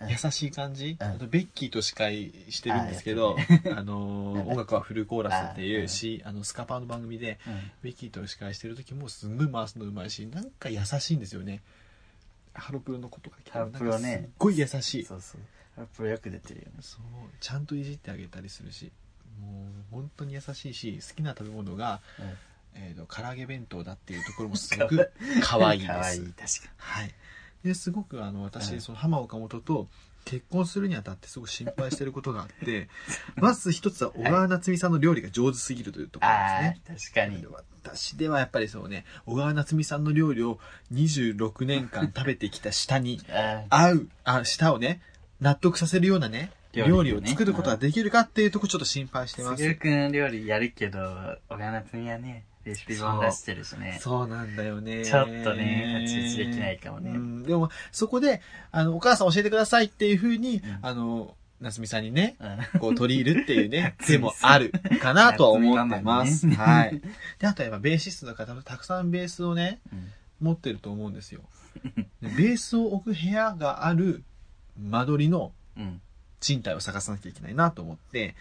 [SPEAKER 2] うん
[SPEAKER 1] 優しい感じ、
[SPEAKER 2] うん
[SPEAKER 1] あとベッキーと司会してるんですけど、あの
[SPEAKER 2] (laughs)
[SPEAKER 1] ー、音楽はフルコーラスっていうし、あの、スカパーの番組で、
[SPEAKER 2] うん
[SPEAKER 1] ベッキーと司会してる時もすんごい回すのうまいしなんか優しいんですよねハロプロのことが来たら
[SPEAKER 2] ハロプロね
[SPEAKER 1] なんかすっごい優しいそ
[SPEAKER 2] そううそうあれプロよく出てるよね
[SPEAKER 1] ちゃんといじってあげたりするしもう本当に優しいし好きな食べ物が、
[SPEAKER 2] うん
[SPEAKER 1] えー、と唐揚げ弁当だっていうところもすご
[SPEAKER 2] (laughs)
[SPEAKER 1] く可愛いです
[SPEAKER 2] 可愛い確か
[SPEAKER 1] はいですごくあの
[SPEAKER 2] うん
[SPEAKER 1] 私その浜岡本と結婚するにあたってすごく心配してることがあって
[SPEAKER 2] (laughs)
[SPEAKER 1] まず一つは小川夏美さんの料理が上手すぎるというところですね
[SPEAKER 2] ああ確かに
[SPEAKER 1] 私ではやっぱりそうね、小川夏美さんの料理を26年間食べてきた舌に
[SPEAKER 2] あー
[SPEAKER 1] 合う、あ、舌をね、納得させるようなね、
[SPEAKER 2] 料
[SPEAKER 1] 料
[SPEAKER 2] 理
[SPEAKER 1] 理
[SPEAKER 2] をね
[SPEAKER 1] を作ることができるかっていうとこちょっと心配してます
[SPEAKER 2] す。ぐくん料理やるけど小川夏美はねレシピ本出してるしね
[SPEAKER 1] そうなんだよね。
[SPEAKER 2] ちょっとね立ち位置できないかもね
[SPEAKER 1] うん、でも、そこで、あの、お母さん教えてくださいっていうふうに、
[SPEAKER 2] ん
[SPEAKER 1] あの、なすみさんにね、
[SPEAKER 2] うん
[SPEAKER 1] こう取り入るっていう
[SPEAKER 2] (laughs)
[SPEAKER 1] ね、手もあるかなとは思ってます。
[SPEAKER 2] 夏美ママ
[SPEAKER 1] は
[SPEAKER 2] ね
[SPEAKER 1] い。で、あとはやっぱベーシストの方もたくさんベースをね、
[SPEAKER 2] うん
[SPEAKER 1] 持ってると思うんですよ。でベースを置く部屋がある間取りの
[SPEAKER 2] うん。
[SPEAKER 1] 賃貸を探さなきゃいけないなと思って、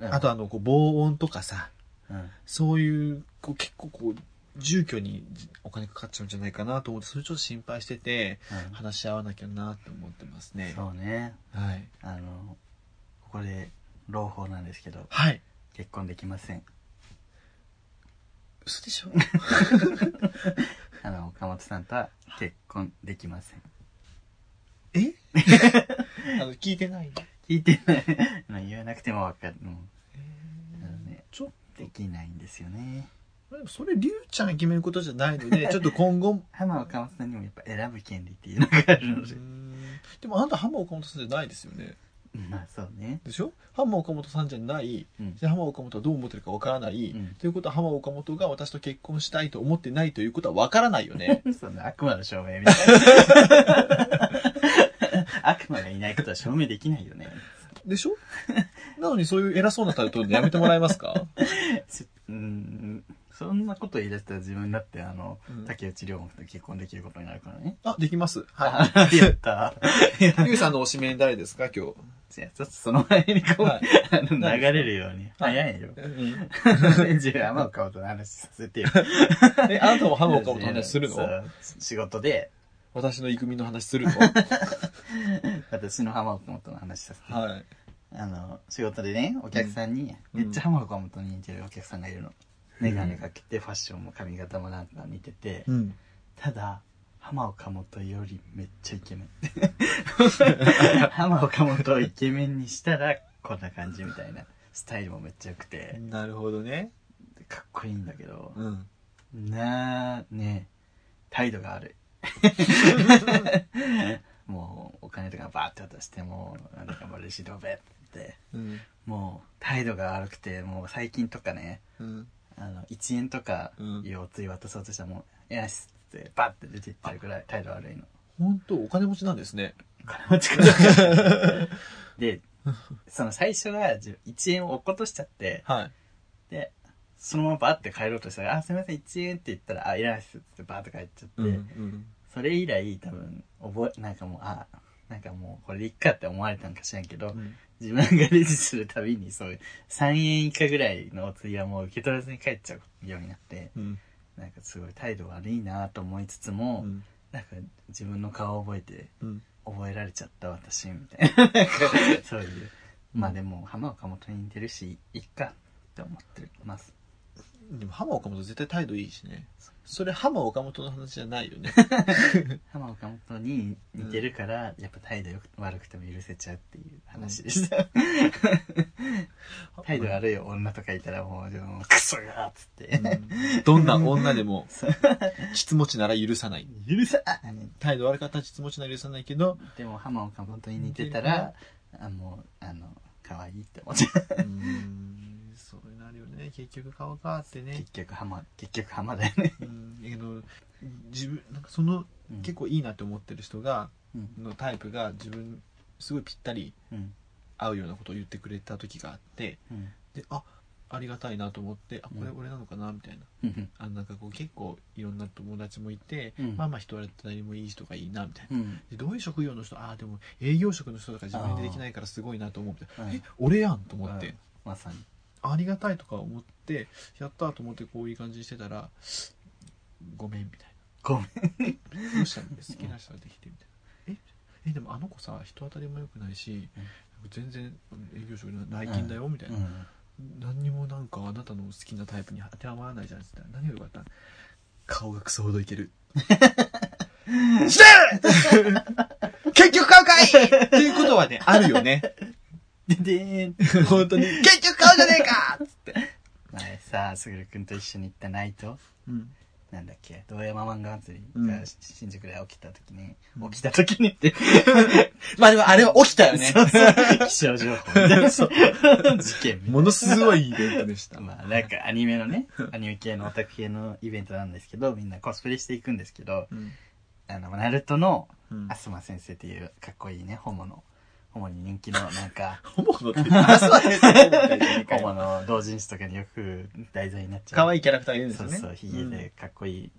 [SPEAKER 2] うん
[SPEAKER 1] あ、とあの、こう防音とかさ、
[SPEAKER 2] うん。
[SPEAKER 1] そういう、こう結構こう、住居にお金かかっちゃうんじゃないかなと思って、それちょっと心配してて、話し合わなきゃなと思ってますね。
[SPEAKER 2] そうね。
[SPEAKER 1] はい。
[SPEAKER 2] あの、ここで、朗報なんですけど、
[SPEAKER 1] はい。
[SPEAKER 2] 結婚できません。
[SPEAKER 1] 嘘でしょ
[SPEAKER 2] あの、岡本さんとは結婚できません。 (laughs)
[SPEAKER 1] えあの、聞いてない。
[SPEAKER 2] 聞いてない。まあ言わなくてもわかる。うんあのね、
[SPEAKER 1] ちょっ
[SPEAKER 2] できないんですよね。
[SPEAKER 1] と、それ、りゅうちゃんが決めることじゃないの
[SPEAKER 2] (laughs)
[SPEAKER 1] で、ちょっと今後も。
[SPEAKER 2] 浜岡本さんにもやっぱ選ぶ権利っていうのがあ
[SPEAKER 1] う
[SPEAKER 2] るので。
[SPEAKER 1] んでも、あなた、浜岡本さんじゃないですよね。
[SPEAKER 2] まあそうね。
[SPEAKER 1] でしょ浜岡本さんじゃない。
[SPEAKER 2] うん。
[SPEAKER 1] で浜岡本はどう思ってるかわからない、
[SPEAKER 2] うん
[SPEAKER 1] ということは浜岡本が私と結婚したいと思ってないということはわからないよね
[SPEAKER 2] その悪魔の証明みたいな。 (laughs) 悪魔がいないことは証明できない (laughs) よね。
[SPEAKER 1] でしょ (laughs) なのにそういう偉そうなタイトルでやめてもらえます
[SPEAKER 2] (laughs)
[SPEAKER 1] か
[SPEAKER 2] すうん、そんなこと言い出したら自分だって、あの、
[SPEAKER 1] うん
[SPEAKER 2] 竹内涼真と結婚できることになるからね。
[SPEAKER 1] あできますは
[SPEAKER 2] あやった。いや
[SPEAKER 1] いゆうさんのおしめ誰ですか今日
[SPEAKER 2] ちょっとその前にこう、
[SPEAKER 1] はい
[SPEAKER 2] あの流れるように。
[SPEAKER 1] はい
[SPEAKER 2] 早
[SPEAKER 1] (laughs)
[SPEAKER 2] いよ。
[SPEAKER 1] うん
[SPEAKER 2] じゃあ、浜岡本の話させてよ。
[SPEAKER 1] え、あなたもハムを買うと話する
[SPEAKER 2] そ
[SPEAKER 1] の
[SPEAKER 2] う仕事で、
[SPEAKER 1] 私のイクミの話す
[SPEAKER 2] (laughs)
[SPEAKER 1] るの
[SPEAKER 2] 私の浜岡本の話させて。
[SPEAKER 1] はい。
[SPEAKER 2] あの、仕事でね、お客さんに、
[SPEAKER 1] うん
[SPEAKER 2] めっちゃ浜岡本に似てるお客さんがいるの。メガネかけて、ファッションも髪型もなんか似てて、
[SPEAKER 1] うん。
[SPEAKER 2] ただ、浜岡本よりめっちゃイ
[SPEAKER 1] (laughs)
[SPEAKER 2] ケメン。浜岡本をイケメンにしたら、こんな感じみたいな。スタイルもめっちゃ良くて、
[SPEAKER 1] なるほどね。
[SPEAKER 2] かっこいいんだけど、
[SPEAKER 1] うん。
[SPEAKER 2] なあ、ね態度が
[SPEAKER 1] (laughs)
[SPEAKER 2] 悪い。もう、お金とかバーって渡しても、なんかもうレシートべって。
[SPEAKER 1] うん。
[SPEAKER 2] もう、態度が悪くて、もう最近とかね、
[SPEAKER 1] うん。
[SPEAKER 2] あの、1円とか
[SPEAKER 1] うん、
[SPEAKER 2] お釣り渡そうとしたらもう、よしって、バッて出てっちゃうぐらい態度悪いの。
[SPEAKER 1] 本当お金持ちなんです
[SPEAKER 2] (laughs)
[SPEAKER 1] ね。
[SPEAKER 2] お金持ち
[SPEAKER 1] (laughs)
[SPEAKER 2] から。で、その最初は自分1円を落っことしちゃって、
[SPEAKER 1] はい。
[SPEAKER 2] で、そのままバッて帰ろうとしたら、あ、すいません、1円って言ったら、あ、いらないっすってバーって帰っちゃっ
[SPEAKER 1] う
[SPEAKER 2] て、
[SPEAKER 1] ん。うん。
[SPEAKER 2] それ以来多分覚えなんかもうあなんかもうこれでいっかって思われたんか知らんけど、
[SPEAKER 1] うん
[SPEAKER 2] 自分がレジするたびにそういう3円以下ぐらいのお釣りはもう受け取らずに帰っちゃうようになって
[SPEAKER 1] うん。
[SPEAKER 2] なんかすごい態度悪いなと思いつつも、
[SPEAKER 1] うん
[SPEAKER 2] なんか自分の顔を覚えて
[SPEAKER 1] うん。
[SPEAKER 2] 覚えられちゃった私みたいななん (laughs) かそういうまあでも浜岡本に似てるしいっかって思ってます
[SPEAKER 1] でも、浜岡本絶対態度いいしね。それ、浜岡本の話じゃないよね。
[SPEAKER 2] 浜岡本に似てるから、やっぱ態度よく悪くても許せちゃうっていう話でした、態度悪い女とかいたらもう、でもクソがーっつって。
[SPEAKER 1] うんどんな女でも、質持ちなら許さない。
[SPEAKER 2] 許さない
[SPEAKER 1] 態度悪かったら質持ちなら許さないけど、
[SPEAKER 2] でも、浜岡本に似てたら、あもう、あの、可愛いって思っちゃ
[SPEAKER 1] う
[SPEAKER 2] う。
[SPEAKER 1] んそういうのあるよね。結局顔があってね。
[SPEAKER 2] 結局浜、結局浜だよね。
[SPEAKER 1] うん、だけど自分なんかその
[SPEAKER 2] うん
[SPEAKER 1] 結構いいなって思ってる人が、
[SPEAKER 2] うん。
[SPEAKER 1] のタイプが自分すごいぴったり
[SPEAKER 2] うん。
[SPEAKER 1] 合うようなことを言ってくれた時があって
[SPEAKER 2] うん
[SPEAKER 1] であありがたいなと思ってあこれ
[SPEAKER 2] うん
[SPEAKER 1] 俺なのかなみたいな,、
[SPEAKER 2] うん。
[SPEAKER 1] あのなんかこう結構いろんな友達もいて、
[SPEAKER 2] うん
[SPEAKER 1] まあまあ人は誰もいい人がいいなみたいな。
[SPEAKER 2] うん。
[SPEAKER 1] でどういう職業の人ああでも営業職の人とか自分でできないからすごいなと思って
[SPEAKER 2] あーうん
[SPEAKER 1] え俺やんと思って、
[SPEAKER 2] うんまさに。
[SPEAKER 1] ありがたいとか思ってやったと思ってこういう感じにしてたらごめんみたいな
[SPEAKER 2] ごめん。
[SPEAKER 1] どうしたの好きな人ができてみたいなええでもあの子さ人当たりも良くないし、全然営業職の内勤だよみたいな、
[SPEAKER 2] うん
[SPEAKER 1] 何にもなんかあなたの好きなタイプに当てはまらないじゃんっつったら何が良かった顔がクソほどいけ (laughs) る死ね (laughs) 結局顔かいっていうことはねあるよね
[SPEAKER 2] ででーん。
[SPEAKER 1] (laughs) 本当に結局顔じゃねえかっつって、
[SPEAKER 2] 前さ、すぐるくんと一緒に行ったナイト
[SPEAKER 1] うん、
[SPEAKER 2] なんだっけ道山漫画祭り
[SPEAKER 1] うん
[SPEAKER 2] が新宿で起きた時に、起きた時にって、
[SPEAKER 1] まあでもあれは起きたよね
[SPEAKER 2] そうそう気象情報みたいな事件みたい
[SPEAKER 1] ものすごいイベントでした
[SPEAKER 2] な。まあなんかアニメのね、アニメ系のオタク系のイベントなんですけど、みんなコスプレしていくんですけど、
[SPEAKER 1] うん
[SPEAKER 2] あの、ナルトの
[SPEAKER 1] うん
[SPEAKER 2] アスマ先生っていうかっこいいね、ホモのホモに人気の、なんか、
[SPEAKER 1] ホモのって言って、あ、そうですよホモがいる
[SPEAKER 2] ホ
[SPEAKER 1] か
[SPEAKER 2] モの同人誌とかによく題材になっちゃう。
[SPEAKER 1] 可愛いキャラクターがいるんです
[SPEAKER 2] そ
[SPEAKER 1] よ
[SPEAKER 2] う
[SPEAKER 1] ね。
[SPEAKER 2] そう、ヒゲでかっこいい。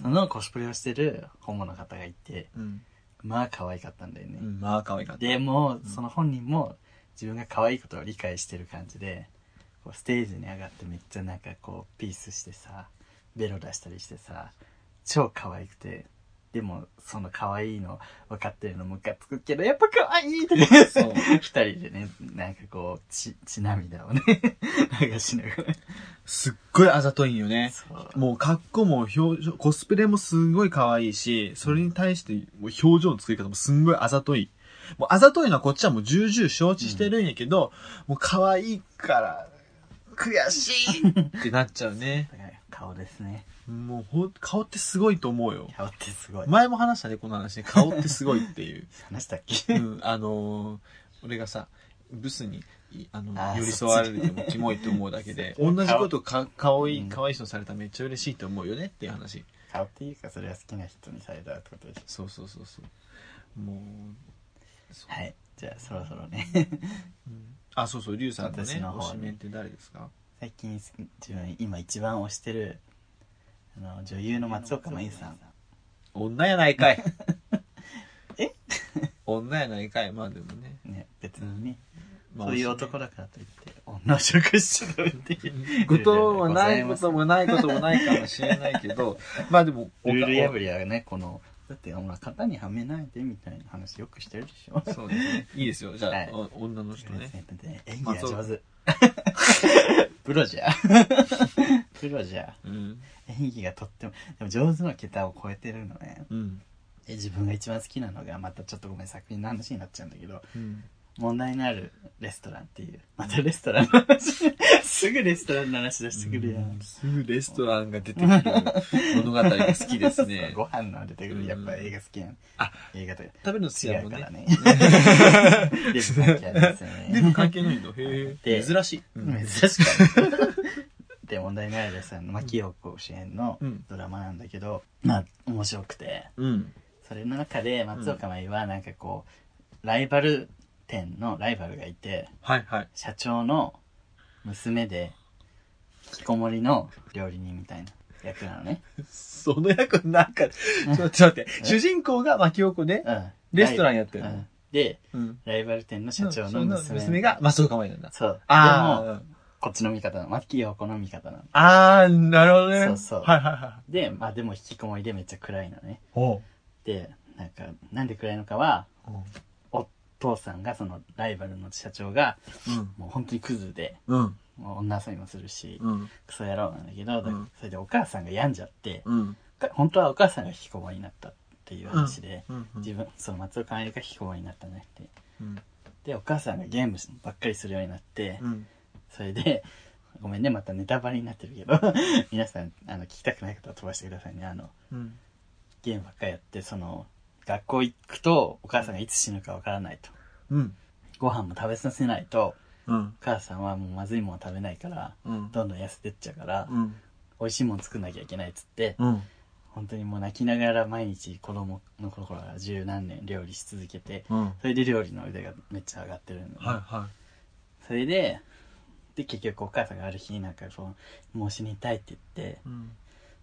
[SPEAKER 2] そのコスプレをしてるホモの方がいて、
[SPEAKER 1] うん。
[SPEAKER 2] まあ可愛かったんだよね。
[SPEAKER 1] うん。まあ、可愛かった。
[SPEAKER 2] でも、その本人も自分が可愛いことを理解してる感じで、こうステージに上がってめっちゃなんかこうピースしてさ、ベロ出したりしてさ、超可愛くて、でもその可愛いの分かってるのムカつくけど、やっぱ可愛いってね、
[SPEAKER 1] そう。
[SPEAKER 2] 二人でね、なんかこう、血、血涙をね、流しながら。
[SPEAKER 1] すっごいあざといんよね。
[SPEAKER 2] そう
[SPEAKER 1] もう格好も表情、コスプレもすごい可愛いし、それに対してもう表情の作り方もすんごいあざとい。もうあざといのはこっちはもう重々承知してるんやけど、もう可愛いから、悔しいってなっちゃうね。 (laughs)
[SPEAKER 2] だから顔ですね。
[SPEAKER 1] もうほん、顔ってすごいと思うよ。
[SPEAKER 2] 顔ってすごい。
[SPEAKER 1] 前も話したね、この話ね。顔ってすごいっていう。
[SPEAKER 2] 話したっ
[SPEAKER 1] う
[SPEAKER 2] け
[SPEAKER 1] ん、あのー俺がさ、ブスに、いあの、
[SPEAKER 2] あー
[SPEAKER 1] 寄り添われてもキモいと思うだけ
[SPEAKER 2] (laughs)
[SPEAKER 1] で、
[SPEAKER 2] そ
[SPEAKER 1] 同
[SPEAKER 2] っち
[SPEAKER 1] じことか、顔いい、
[SPEAKER 2] うん
[SPEAKER 1] 可愛い人にされたらめっちゃ嬉しいと思うよねっていう話。
[SPEAKER 2] 顔っていうか、それは好きな人にされたってことでしょ。
[SPEAKER 1] そうそうそうそう。もう、そう
[SPEAKER 2] はい。じゃあ、そろそろね。
[SPEAKER 1] うんあ、そうそう、リュウさんの
[SPEAKER 2] 私
[SPEAKER 1] ね、
[SPEAKER 2] の方
[SPEAKER 1] お
[SPEAKER 2] に
[SPEAKER 1] しメンって誰ですか
[SPEAKER 2] 最近す自分今一番推してるあの女優の松岡茉優さん
[SPEAKER 1] 女やない (laughs) かい。
[SPEAKER 2] え
[SPEAKER 1] (laughs) 女やないかい。まあでもね。
[SPEAKER 2] ね別にね
[SPEAKER 1] まあ
[SPEAKER 2] そうい
[SPEAKER 1] (laughs)
[SPEAKER 2] う男だからといって女を食しちゃうっていう
[SPEAKER 1] ことはないこ
[SPEAKER 2] ルール
[SPEAKER 1] ともないこともないかもしれないけ
[SPEAKER 2] (laughs)
[SPEAKER 1] ど、まあでも、
[SPEAKER 2] ルール破りはねこのだってお前型にはめないでみたいな話よくしてるでしょ
[SPEAKER 1] そうですね。いいですよ。じゃあ、
[SPEAKER 2] はい
[SPEAKER 1] お女の人ね。
[SPEAKER 2] 演技が上
[SPEAKER 1] (laughs)
[SPEAKER 2] 手プロじゃプロじゃ
[SPEAKER 1] うん。
[SPEAKER 2] 演技がとってもでも上手の桁を超えてるのね
[SPEAKER 1] うん。
[SPEAKER 2] で自分が一番好きなのがまたちょっとごめん作品の話になっちゃうんだけど
[SPEAKER 1] うん。
[SPEAKER 2] 問題のあるレストランっていう。またレストランの
[SPEAKER 1] (laughs)
[SPEAKER 2] 話。すぐレストランの話出してくるやん。
[SPEAKER 1] すぐレストランが出てくる物語が好きです
[SPEAKER 2] (laughs)
[SPEAKER 1] ね。
[SPEAKER 2] ご飯の出てく
[SPEAKER 1] う
[SPEAKER 2] る。
[SPEAKER 1] ん
[SPEAKER 2] やっぱ映画好きやん。
[SPEAKER 1] あ、
[SPEAKER 2] 映画とか。
[SPEAKER 1] 食べるの好き
[SPEAKER 2] 違
[SPEAKER 1] やも
[SPEAKER 2] うんから
[SPEAKER 1] ね。
[SPEAKER 2] ね。 (laughs) でも関係ありません
[SPEAKER 1] で
[SPEAKER 2] ね。
[SPEAKER 1] も関係ないんだ。へえ。
[SPEAKER 2] で
[SPEAKER 1] 珍しい。うん。
[SPEAKER 2] 珍しかった。で、問題のあるレストランの、まあ、清子主演の
[SPEAKER 1] うん
[SPEAKER 2] ドラマなんだけど、まあ、面白くて。
[SPEAKER 1] うん。
[SPEAKER 2] それの中で、松岡茉優はなんかこう、ライバル店のライバルがいて、
[SPEAKER 1] はいはい。
[SPEAKER 2] 社長の娘で引きこもりの料理人みたいな役なのね。
[SPEAKER 1] その役なんか、ちょっと待って。主人公が巻き起こで、
[SPEAKER 2] うん。
[SPEAKER 1] レストランやってる
[SPEAKER 2] う
[SPEAKER 1] の
[SPEAKER 2] んで、
[SPEAKER 1] うん。
[SPEAKER 2] ライバル店の社長
[SPEAKER 1] そ
[SPEAKER 2] の娘。
[SPEAKER 1] 娘が松岡舞なんだ。
[SPEAKER 2] そう。
[SPEAKER 1] あ
[SPEAKER 2] でも、
[SPEAKER 1] あ。
[SPEAKER 2] こっちの味方なの。マッキーはこの味方なの。
[SPEAKER 1] ああ、なるほどね。
[SPEAKER 2] そうそう
[SPEAKER 1] はいはいはい。
[SPEAKER 2] で、まあでも引きこもりでめっちゃ暗いのね。
[SPEAKER 1] おう
[SPEAKER 2] で、なんか、なんで暗いのかは、
[SPEAKER 1] おう
[SPEAKER 2] お父さんがそのライバルの社長が、
[SPEAKER 1] うん。
[SPEAKER 2] もう本当にクズで、
[SPEAKER 1] うん。
[SPEAKER 2] もう女遊びもするし、
[SPEAKER 1] うん。
[SPEAKER 2] クソ野郎なんだけど、だ
[SPEAKER 1] うん
[SPEAKER 2] それでお母さんが病んじゃって、
[SPEAKER 1] うん。
[SPEAKER 2] 本当はお母さんが引きこもりになったっていう話で、
[SPEAKER 1] うん。
[SPEAKER 2] 自分そう松岡愛が引きこもりになったんじゃなくて
[SPEAKER 1] うん。
[SPEAKER 2] でお母さんがゲームばっかりするようになって、
[SPEAKER 1] うん。
[SPEAKER 2] それでごめんねまたネタバレになってるけど (laughs) 皆さんあの聞きたくない方は飛ばしてくださいねあの
[SPEAKER 1] うん。
[SPEAKER 2] ゲームばっかりやってその学校行くとお母さんがいつ死ぬかわからないと
[SPEAKER 1] うん。
[SPEAKER 2] ご飯も食べさせないと
[SPEAKER 1] うん
[SPEAKER 2] お。母さんはもうまずいもの食べないから
[SPEAKER 1] うん。
[SPEAKER 2] どんどん痩せてっちゃうから、
[SPEAKER 1] うん。
[SPEAKER 2] 美味しいもの作んなきゃいけないっつって、
[SPEAKER 1] うん。
[SPEAKER 2] 本当にもう泣きながら毎日子供の頃から十何年料理し続けて
[SPEAKER 1] うん。はい
[SPEAKER 2] それで料理の腕がめっちゃ上がってるのね、
[SPEAKER 1] は
[SPEAKER 2] それで、で、結局お母さんがある日、なんかこう、もう死にたいって言って、
[SPEAKER 1] い。うん。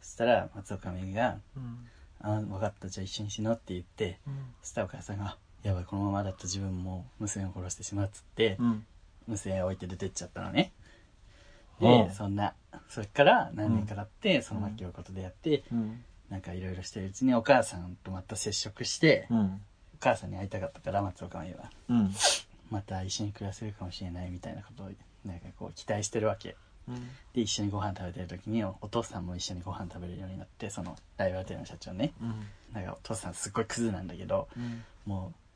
[SPEAKER 2] そしたら松岡めが、
[SPEAKER 1] うん。
[SPEAKER 2] あ、分かった、じゃあ一緒に死のうって言って、そしたらお母さんが、やばい、このままだと自分も娘を殺してしまうっつって、
[SPEAKER 1] うん。
[SPEAKER 2] 娘を置いて出てっちゃったのね。
[SPEAKER 1] は
[SPEAKER 2] で、
[SPEAKER 1] あ
[SPEAKER 2] そんな、それから何年か経って、その巻き起こと出会って、
[SPEAKER 1] うん。
[SPEAKER 2] なんかいろいろしてるうちにお母さんとまた接触して、
[SPEAKER 1] うん。
[SPEAKER 2] お母さんに会いたかったから松岡めは、
[SPEAKER 1] うん。
[SPEAKER 2] また一緒に暮らせるかもしれないみたいなことを、なんかこう期待してるわけ。で一緒にご飯食べてる時におお父さんも一緒にご飯食べるようになってそのライバル店の社長ねなんかお父さんすっごいクズなんだけどもう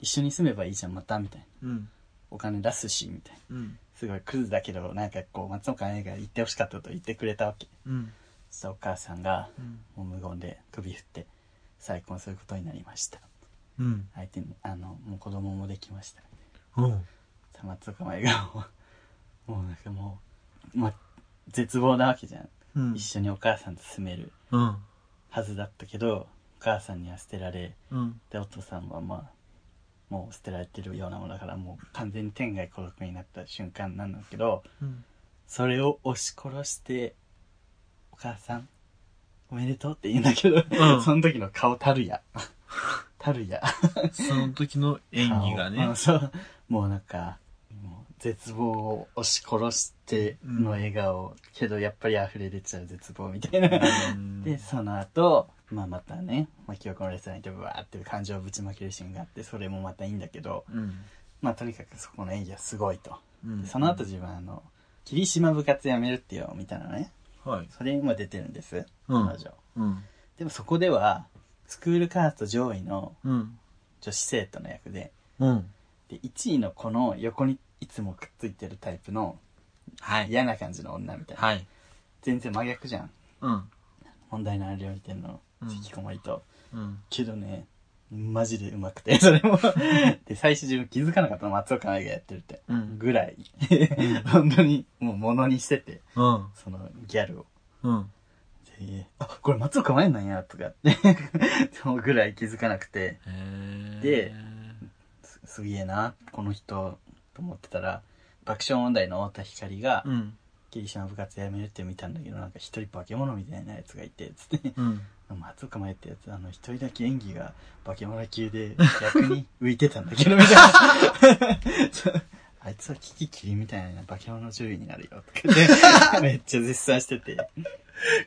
[SPEAKER 2] 一緒に住めばいいじゃんまたみたいな
[SPEAKER 1] うん。
[SPEAKER 2] お金出すしみたいな
[SPEAKER 1] うん。
[SPEAKER 2] すごいクズだけどなんかこう松岡姉が言ってほしかったこと言ってくれたわけ
[SPEAKER 1] うん。
[SPEAKER 2] そしたらお母さんがもう無言で首振って再婚することになりました
[SPEAKER 1] うん。
[SPEAKER 2] 相手にあのもう子供もできました
[SPEAKER 1] うん。
[SPEAKER 2] さ松岡姉がもうもうなんかもう、ま、絶望なわけじゃん
[SPEAKER 1] うん
[SPEAKER 2] 一。緒にお母さんと住める
[SPEAKER 1] うん。
[SPEAKER 2] はずだったけどお母さんには捨てられ
[SPEAKER 1] うん。
[SPEAKER 2] でお父さんはまあもう捨てられてるようなものだからもう完全に天外孤独になった瞬間なんだけど
[SPEAKER 1] うん。
[SPEAKER 2] それを押し殺して「お母さんおめでとう」って言うんだけど、
[SPEAKER 1] うん
[SPEAKER 2] その時の顔たるやたるや
[SPEAKER 1] その時の演技が
[SPEAKER 2] あの
[SPEAKER 1] ね。
[SPEAKER 2] そう。もうなんか、もう絶望を押し殺しての笑顔、けどやっぱり溢れ出ちゃう絶望みたいな。
[SPEAKER 1] うん
[SPEAKER 2] で、その後、まあまたね、まあ、記憶のレストランに行ってわーって感情をぶちまけるシーンがあって、それもまたいいんだけど、
[SPEAKER 1] うん。
[SPEAKER 2] まあとにかくそこの演技はすごいと。
[SPEAKER 1] うん
[SPEAKER 2] でその後、自分はあの、霧島部活やめるってよ、みたいなね。
[SPEAKER 1] はい。
[SPEAKER 2] それにも出てるんです。
[SPEAKER 1] う
[SPEAKER 2] 彼
[SPEAKER 1] ん。
[SPEAKER 2] 女。
[SPEAKER 1] うん。
[SPEAKER 2] でもそこでは、スクールカースト上位の
[SPEAKER 1] うん。
[SPEAKER 2] 女子生徒の役で、
[SPEAKER 1] うん。
[SPEAKER 2] で1位のこの横にいつもくっついてるタイプの
[SPEAKER 1] はい。
[SPEAKER 2] 嫌な感じの女みたいな、
[SPEAKER 1] はい。
[SPEAKER 2] 全然真逆じゃん
[SPEAKER 1] うん。
[SPEAKER 2] 問題のある料理店の
[SPEAKER 1] うん
[SPEAKER 2] 引きこもりと、
[SPEAKER 1] うん。
[SPEAKER 2] けどねマジでうまくてそ (laughs) れもで最初自分気づかなかったの松岡愛がやってるって、
[SPEAKER 1] うん (laughs)
[SPEAKER 2] ぐらい本当にもう物にしてて
[SPEAKER 1] うん。
[SPEAKER 2] そのギャルを
[SPEAKER 1] うん。
[SPEAKER 2] であこれ松岡愛なんやとかってそのぐらい気づかなくて
[SPEAKER 1] へー
[SPEAKER 2] で、すすげえなこの人と思ってたら爆笑問題の太田光が、
[SPEAKER 1] うん。
[SPEAKER 2] 霧島部活やめるって見たんだけどなんか一人化け物みたいなやつがいてつって
[SPEAKER 1] うん。
[SPEAKER 2] 松岡前ってやつあの一人だけ演技が化け物級で逆に浮いてたんだけどみたいな (laughs) そうあいつはキキキリみたいな化け物獣医になるよとかでめっちゃ絶賛してて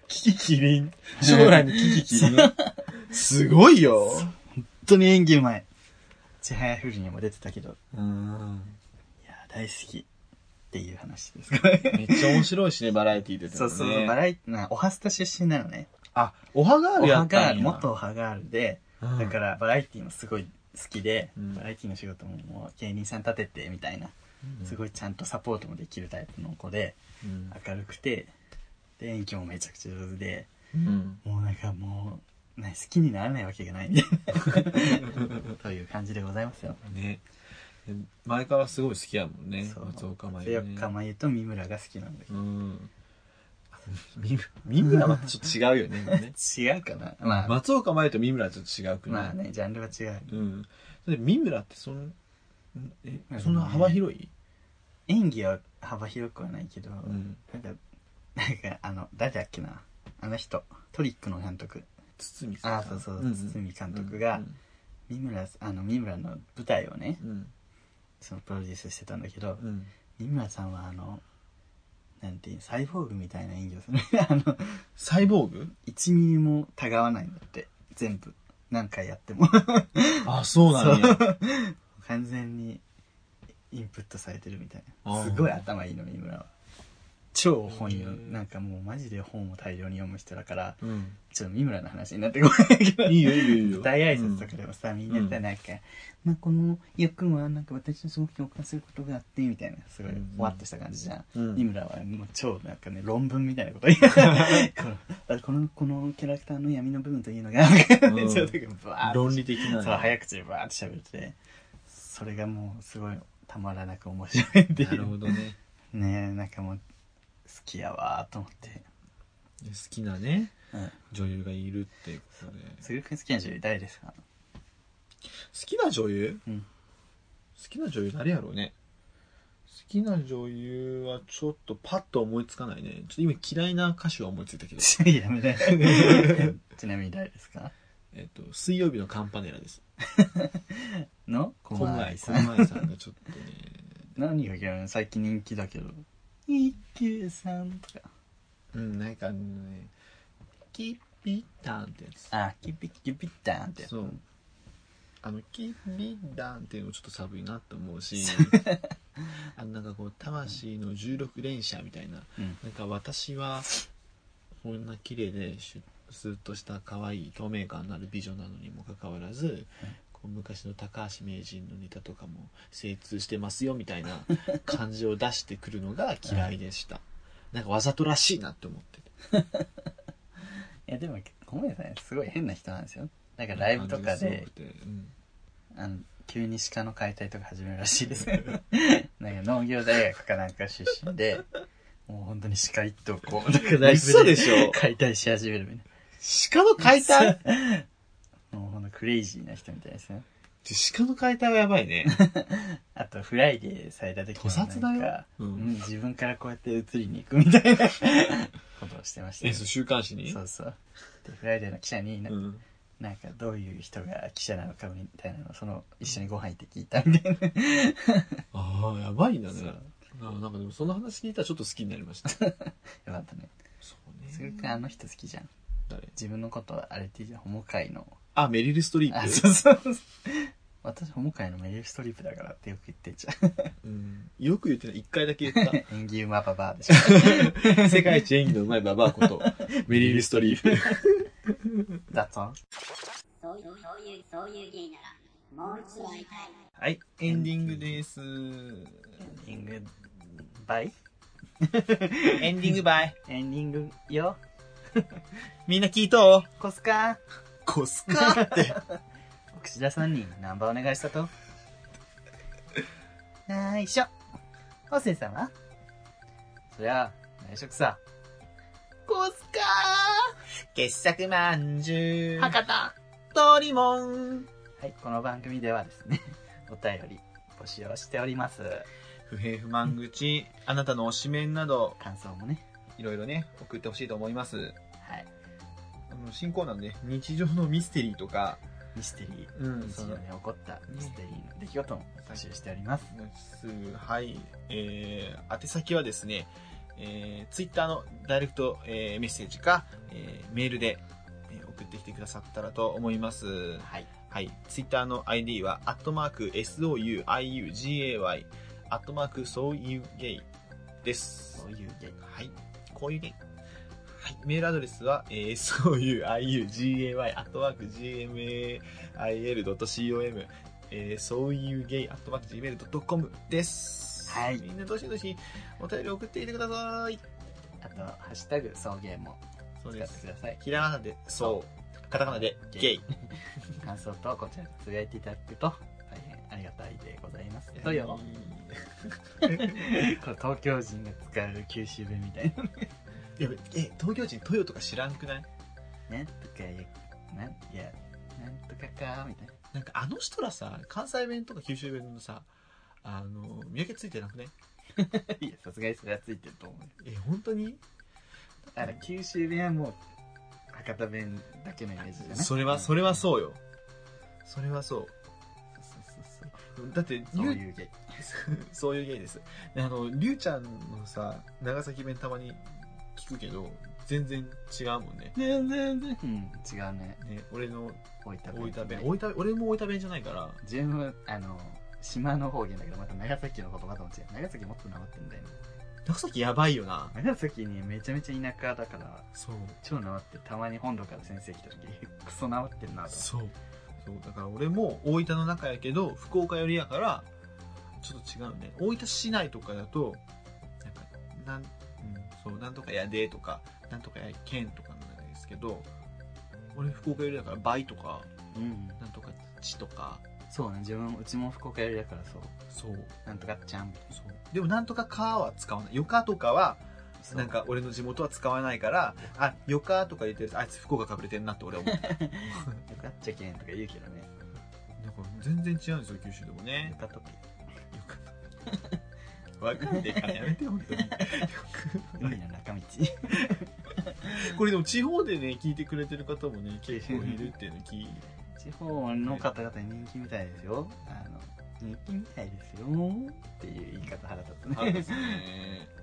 [SPEAKER 1] キキキリン。将来のキキキリン。
[SPEAKER 2] (laughs)
[SPEAKER 1] すごいよ。
[SPEAKER 2] 本当に演技うまいちはやふるにも出てたけど
[SPEAKER 1] うん。
[SPEAKER 2] いや大好きっていう話ですかね
[SPEAKER 1] めっちゃ面白いしね、バラエティーで
[SPEAKER 2] そうそうバラエティなおはスタ出身なのね
[SPEAKER 1] あ、おはガー
[SPEAKER 2] お
[SPEAKER 1] ルや
[SPEAKER 2] は
[SPEAKER 1] ったんや
[SPEAKER 2] ガール元おはガールでだ
[SPEAKER 1] だ
[SPEAKER 2] か
[SPEAKER 1] から
[SPEAKER 2] バラエティもすごい好きで、
[SPEAKER 1] うん
[SPEAKER 2] バラエティの仕事ももう芸人さん立ててみたいな、
[SPEAKER 1] ら、
[SPEAKER 2] す
[SPEAKER 1] い。
[SPEAKER 2] ごいちゃんとサポートもできるタイプの子で、
[SPEAKER 1] うん
[SPEAKER 2] 明るくて、で、演技もめちゃくちゃ上手で、
[SPEAKER 1] うん。
[SPEAKER 2] もうなんかもう、ね、好きにならないわけがないみたいな (laughs) という感じでございますよ。
[SPEAKER 1] ね。前からすごい好きやもんね。
[SPEAKER 2] そう
[SPEAKER 1] 松岡茉
[SPEAKER 2] 強
[SPEAKER 1] 優、
[SPEAKER 2] く
[SPEAKER 1] ね。
[SPEAKER 2] 構えと三村が好きなんだけ
[SPEAKER 1] う
[SPEAKER 2] ど。
[SPEAKER 1] ん。 (laughs) み三村はまたちょっと違うよね。今ね (laughs)
[SPEAKER 2] 違うかなまあ、
[SPEAKER 1] 松岡茉優と三村はちょっと違うくない、
[SPEAKER 2] まあね、ジャンルは違う。
[SPEAKER 1] うん。で、三村ってそん、え、そんな幅広い、
[SPEAKER 2] 演技は幅広くはないけど、
[SPEAKER 1] うん。
[SPEAKER 2] なんか、なんかあの、誰だっけなあの人、トリックの監督。
[SPEAKER 1] 堤さん。
[SPEAKER 2] あそうそう、
[SPEAKER 1] ん
[SPEAKER 2] 堤監督が、三村さんあの三村の舞台をね
[SPEAKER 1] うん。うん。
[SPEAKER 2] そのプロデュースしてたんだけど、
[SPEAKER 1] うん。
[SPEAKER 2] 三村さんはあのなんていうのサイボーグみたいな演技をする (laughs) あの
[SPEAKER 1] サイボー
[SPEAKER 2] (laughs)
[SPEAKER 1] グ
[SPEAKER 2] 1ミリもたがわないんだって全部何回やっても (laughs)
[SPEAKER 1] あ、そうなんや。
[SPEAKER 2] 完全にインプットされてるみたい
[SPEAKER 1] あ
[SPEAKER 2] な
[SPEAKER 1] ー
[SPEAKER 2] すごい頭いいの三村は超本読
[SPEAKER 1] へー
[SPEAKER 2] むなんかもうマジで本を大量に読む人だから
[SPEAKER 1] うん。
[SPEAKER 2] ちょっと三村の話になってごめんけど
[SPEAKER 1] いいよ、いいよ、いいよ。
[SPEAKER 2] 舞台挨拶とかでもさ、みんな
[SPEAKER 1] う
[SPEAKER 2] さ
[SPEAKER 1] ん
[SPEAKER 2] なんか、まあ、この役はなんか私のすごく共感することがあってみたいなすごい
[SPEAKER 1] うん
[SPEAKER 2] ふわっとした感じじゃん、
[SPEAKER 1] うん
[SPEAKER 2] 井村はもう超なんかね論文みたいなこと言う
[SPEAKER 1] (laughs)
[SPEAKER 2] このこのこのキャラクターの闇の部分というのが、 (laughs)
[SPEAKER 1] うん
[SPEAKER 2] ちょっとバーッと
[SPEAKER 1] 論理的なね
[SPEAKER 2] そう早口でバーッと喋っててそれがもうすごいたまらなく面白いって
[SPEAKER 1] ないるほ
[SPEAKER 2] う
[SPEAKER 1] どね。
[SPEAKER 2] ねえなんかもう好きやわーと思って、
[SPEAKER 1] 好きなね、
[SPEAKER 2] うん、
[SPEAKER 1] 女優がいるっていうことで。好
[SPEAKER 2] すぐくん好きな女優誰ですか (laughs)
[SPEAKER 1] きな女優
[SPEAKER 2] うん
[SPEAKER 1] 好きな女優誰やろうね。好きな女優はちょっとパッと思いつかないね。ちょっと今嫌いな歌手は思いついたけ
[SPEAKER 2] (laughs)
[SPEAKER 1] ど。
[SPEAKER 2] いややめないちなみに誰ですか
[SPEAKER 1] えっと、水曜日のカンパネラです。
[SPEAKER 2] の
[SPEAKER 1] 小前
[SPEAKER 2] 愛
[SPEAKER 1] さん。小前さんがちょっとね。
[SPEAKER 2] 何が嫌いなの最近人気だけど一休さんとか
[SPEAKER 1] うん、なんかあのね、キッピッタンってやつ。
[SPEAKER 2] あキピキピッタンって
[SPEAKER 1] そう。あの、キリダンっていうのもちょっと寒いなと思う
[SPEAKER 2] (laughs)
[SPEAKER 1] し、あの、なんかこう、魂の16連射みたいな、
[SPEAKER 2] うん
[SPEAKER 1] なんか私は、こんな綺麗で、シュスーッとした可愛い透明感のある美女なのにもかかわらず、こう昔の高橋名人のネタとかも精通してますよみたい
[SPEAKER 2] (laughs)
[SPEAKER 1] な感じを出してくるのが嫌いでした。なんかわざとらしいなって思ってて。
[SPEAKER 2] いやでもごめんなさいすごい変な人なんですよなんかライブと
[SPEAKER 1] 感
[SPEAKER 2] か
[SPEAKER 1] じがす
[SPEAKER 2] で
[SPEAKER 1] ごくてうん
[SPEAKER 2] あの急に鹿の解体とか始めるらしいです (laughs) なんか農業大学かなんか出身でもう本当に鹿一頭こ (laughs) うなんかライ
[SPEAKER 1] 嘘
[SPEAKER 2] ブ
[SPEAKER 1] で
[SPEAKER 2] で
[SPEAKER 1] しょ
[SPEAKER 2] 解体し始めるみたい
[SPEAKER 1] 鹿の解体
[SPEAKER 2] (laughs) なもうほんとクレイジーな人みたいですね
[SPEAKER 1] 鹿の解体はやばいね。 (laughs)
[SPEAKER 2] あと、フライデーされた時もなんか
[SPEAKER 1] 屠殺だよう
[SPEAKER 2] うん
[SPEAKER 1] ん。
[SPEAKER 2] 自分からこうやって移りに行くみたい
[SPEAKER 1] (laughs)
[SPEAKER 2] なことをしてました
[SPEAKER 1] え、
[SPEAKER 2] よ
[SPEAKER 1] そう、週刊誌に
[SPEAKER 2] そうそう。で、フライデーの記者にな、
[SPEAKER 1] うん。
[SPEAKER 2] なんかどういう人が記者なのかみたいなのをその、一緒にご飯行って聞いたみたい
[SPEAKER 1] ああ、やばいんだ
[SPEAKER 2] な。そう。
[SPEAKER 1] ね
[SPEAKER 2] よ。
[SPEAKER 1] あーなんかでもその話聞いたらちょっと好きになりました。
[SPEAKER 2] かったね。
[SPEAKER 1] そう
[SPEAKER 2] すごくあの人好きじゃん。
[SPEAKER 1] 誰
[SPEAKER 2] 自分のこと、あれって言うじゃん、ホモ界の。
[SPEAKER 1] あ、メリル・ストリー
[SPEAKER 2] あ、
[SPEAKER 1] プ。
[SPEAKER 2] そうそうそう。私、ホモ界のメリルストリープだからってよく言ってん (laughs) じゃ
[SPEAKER 1] うん。よく言ってない。一回だけ言っ
[SPEAKER 2] ん。演技うまババアでしょ。
[SPEAKER 1] た。 (laughs) 世界一演技のうまいババア (laughs) こと、メリル・ストリープ。
[SPEAKER 2] だと。
[SPEAKER 5] そういう、そういう、そういう芸なら、もう一度会いたい。
[SPEAKER 1] はい、エンディングです。エ
[SPEAKER 2] エンディング、バイ
[SPEAKER 1] ンディングバイ。
[SPEAKER 2] (laughs) エンディングよ。 (laughs)
[SPEAKER 1] みんな聞いとう
[SPEAKER 2] コスカ
[SPEAKER 1] コスカって。
[SPEAKER 2] 串田さんにナンバーお願いした (laughs) と。内緒。昴生さんはそりゃ、内職さ。
[SPEAKER 1] コスカ傑作まんじゅう。
[SPEAKER 2] 博
[SPEAKER 1] 多。ドリモン。
[SPEAKER 2] はい、この番組ではですね、 (laughs) お便り募集をしております。
[SPEAKER 1] 不平不満口、あなたの推しメンなど、
[SPEAKER 2] 感想もね。
[SPEAKER 1] いろいろね、送ってほしいと思います。
[SPEAKER 2] はい。
[SPEAKER 1] あの、新コーナーのね、日常のミステリーとか、
[SPEAKER 2] ミステリー。
[SPEAKER 1] うん
[SPEAKER 2] 日
[SPEAKER 1] そ
[SPEAKER 2] 常
[SPEAKER 1] の、
[SPEAKER 2] に起こったミステリーの出来事も募集しております。
[SPEAKER 1] すぐ、はい、えー、宛先はですね、えー、ツイッターのダイレクト、えーメッセージか、えーメールで、えー送ってきてくださったらと思います。
[SPEAKER 2] はい。
[SPEAKER 1] はい。ツイッターの ID は、アットマーク、SOUIUGAY、アットマーク、そういうゲイです
[SPEAKER 2] そう。いうゲイ。
[SPEAKER 1] はい。こういうゲイ。はい。メールアドレスは、えー、souiugay、アットマーク、gmail.com、えー、そういうゲイ、アットマーク、gmail.com です。
[SPEAKER 2] はい
[SPEAKER 1] みんなどしどし、お便り送っていてください。
[SPEAKER 2] あと、ハッシュタグ、送迎も
[SPEAKER 1] そう
[SPEAKER 2] 使
[SPEAKER 1] で
[SPEAKER 2] って
[SPEAKER 1] す
[SPEAKER 2] く。ださい。
[SPEAKER 1] ひらがなで、そう。カタカナで、ゲイ。
[SPEAKER 2] 感想とこちらでつぶやいていただくと、大変ありがたいでございます。とよ。これ東京人が使う九州弁みたいな
[SPEAKER 1] やべえ東京人トヨとか知らんくない
[SPEAKER 2] なんとかやなんいやなんとかかみたいな
[SPEAKER 1] なんかあの人らさ関西弁とか九州弁のさあの見分けついてなくね
[SPEAKER 2] いやさすがにそれはついてると思うよ
[SPEAKER 1] え本当に
[SPEAKER 2] だから九州弁はもう博多弁だけのイメージじゃない
[SPEAKER 1] それはそれは
[SPEAKER 2] う
[SPEAKER 1] そうよそれはそ
[SPEAKER 2] んそうそうそう
[SPEAKER 1] うだって
[SPEAKER 2] そうそう (laughs)
[SPEAKER 1] りゅ
[SPEAKER 2] いう芸
[SPEAKER 1] うそういう芸ですであのりゅうちゃんのさ長崎弁たまに聞くけど全然違うもんね
[SPEAKER 2] 全然全然うん違うね
[SPEAKER 1] ね俺の
[SPEAKER 2] 大分
[SPEAKER 1] 大分弁
[SPEAKER 2] 大
[SPEAKER 1] 大分俺も大分弁じゃないから
[SPEAKER 2] 自分はあの島の方言だけどまた長崎の言葉とも違う長崎もっとなまってんだよね
[SPEAKER 1] 長崎やばいよな
[SPEAKER 2] 長崎にめちゃめちゃ田舎だから
[SPEAKER 1] そう
[SPEAKER 2] 超なまってたまに本土から先生来た時 (laughs) クソなまってんなと
[SPEAKER 1] そうそうだから俺も大分の中やけど福岡寄りやからちょっと違うね大分市内とかだとなんかなん、うん、そうなんとかやでとかなんとかや県とかなんですけど俺福岡寄りだから倍とか
[SPEAKER 2] うん
[SPEAKER 1] なんとか地とか
[SPEAKER 2] そうね自分うちも福岡寄りだからそう
[SPEAKER 1] そう
[SPEAKER 2] なんとかちゃんみたいな
[SPEAKER 1] そうでもなんとかかは使わないよかとかは
[SPEAKER 2] そう
[SPEAKER 1] なんか俺の地元は使わないからあよかとか言ってるとあいつ福岡かぶれてんなって俺は (laughs) 思うなんか
[SPEAKER 2] よかっちゃけんとか言うけどね
[SPEAKER 1] 全然違うんですよ九州でもね
[SPEAKER 2] よかとけ
[SPEAKER 1] よかった。わかんねえからやめて、本当に。
[SPEAKER 2] 海の中道
[SPEAKER 1] これでも地方でね、聞いてくれてる方もね、結構いるっていうの聞い
[SPEAKER 2] (laughs) 地方の方々に人気みたいですよあの人気みたいですよっていう言い方腹立つね
[SPEAKER 1] たんですね。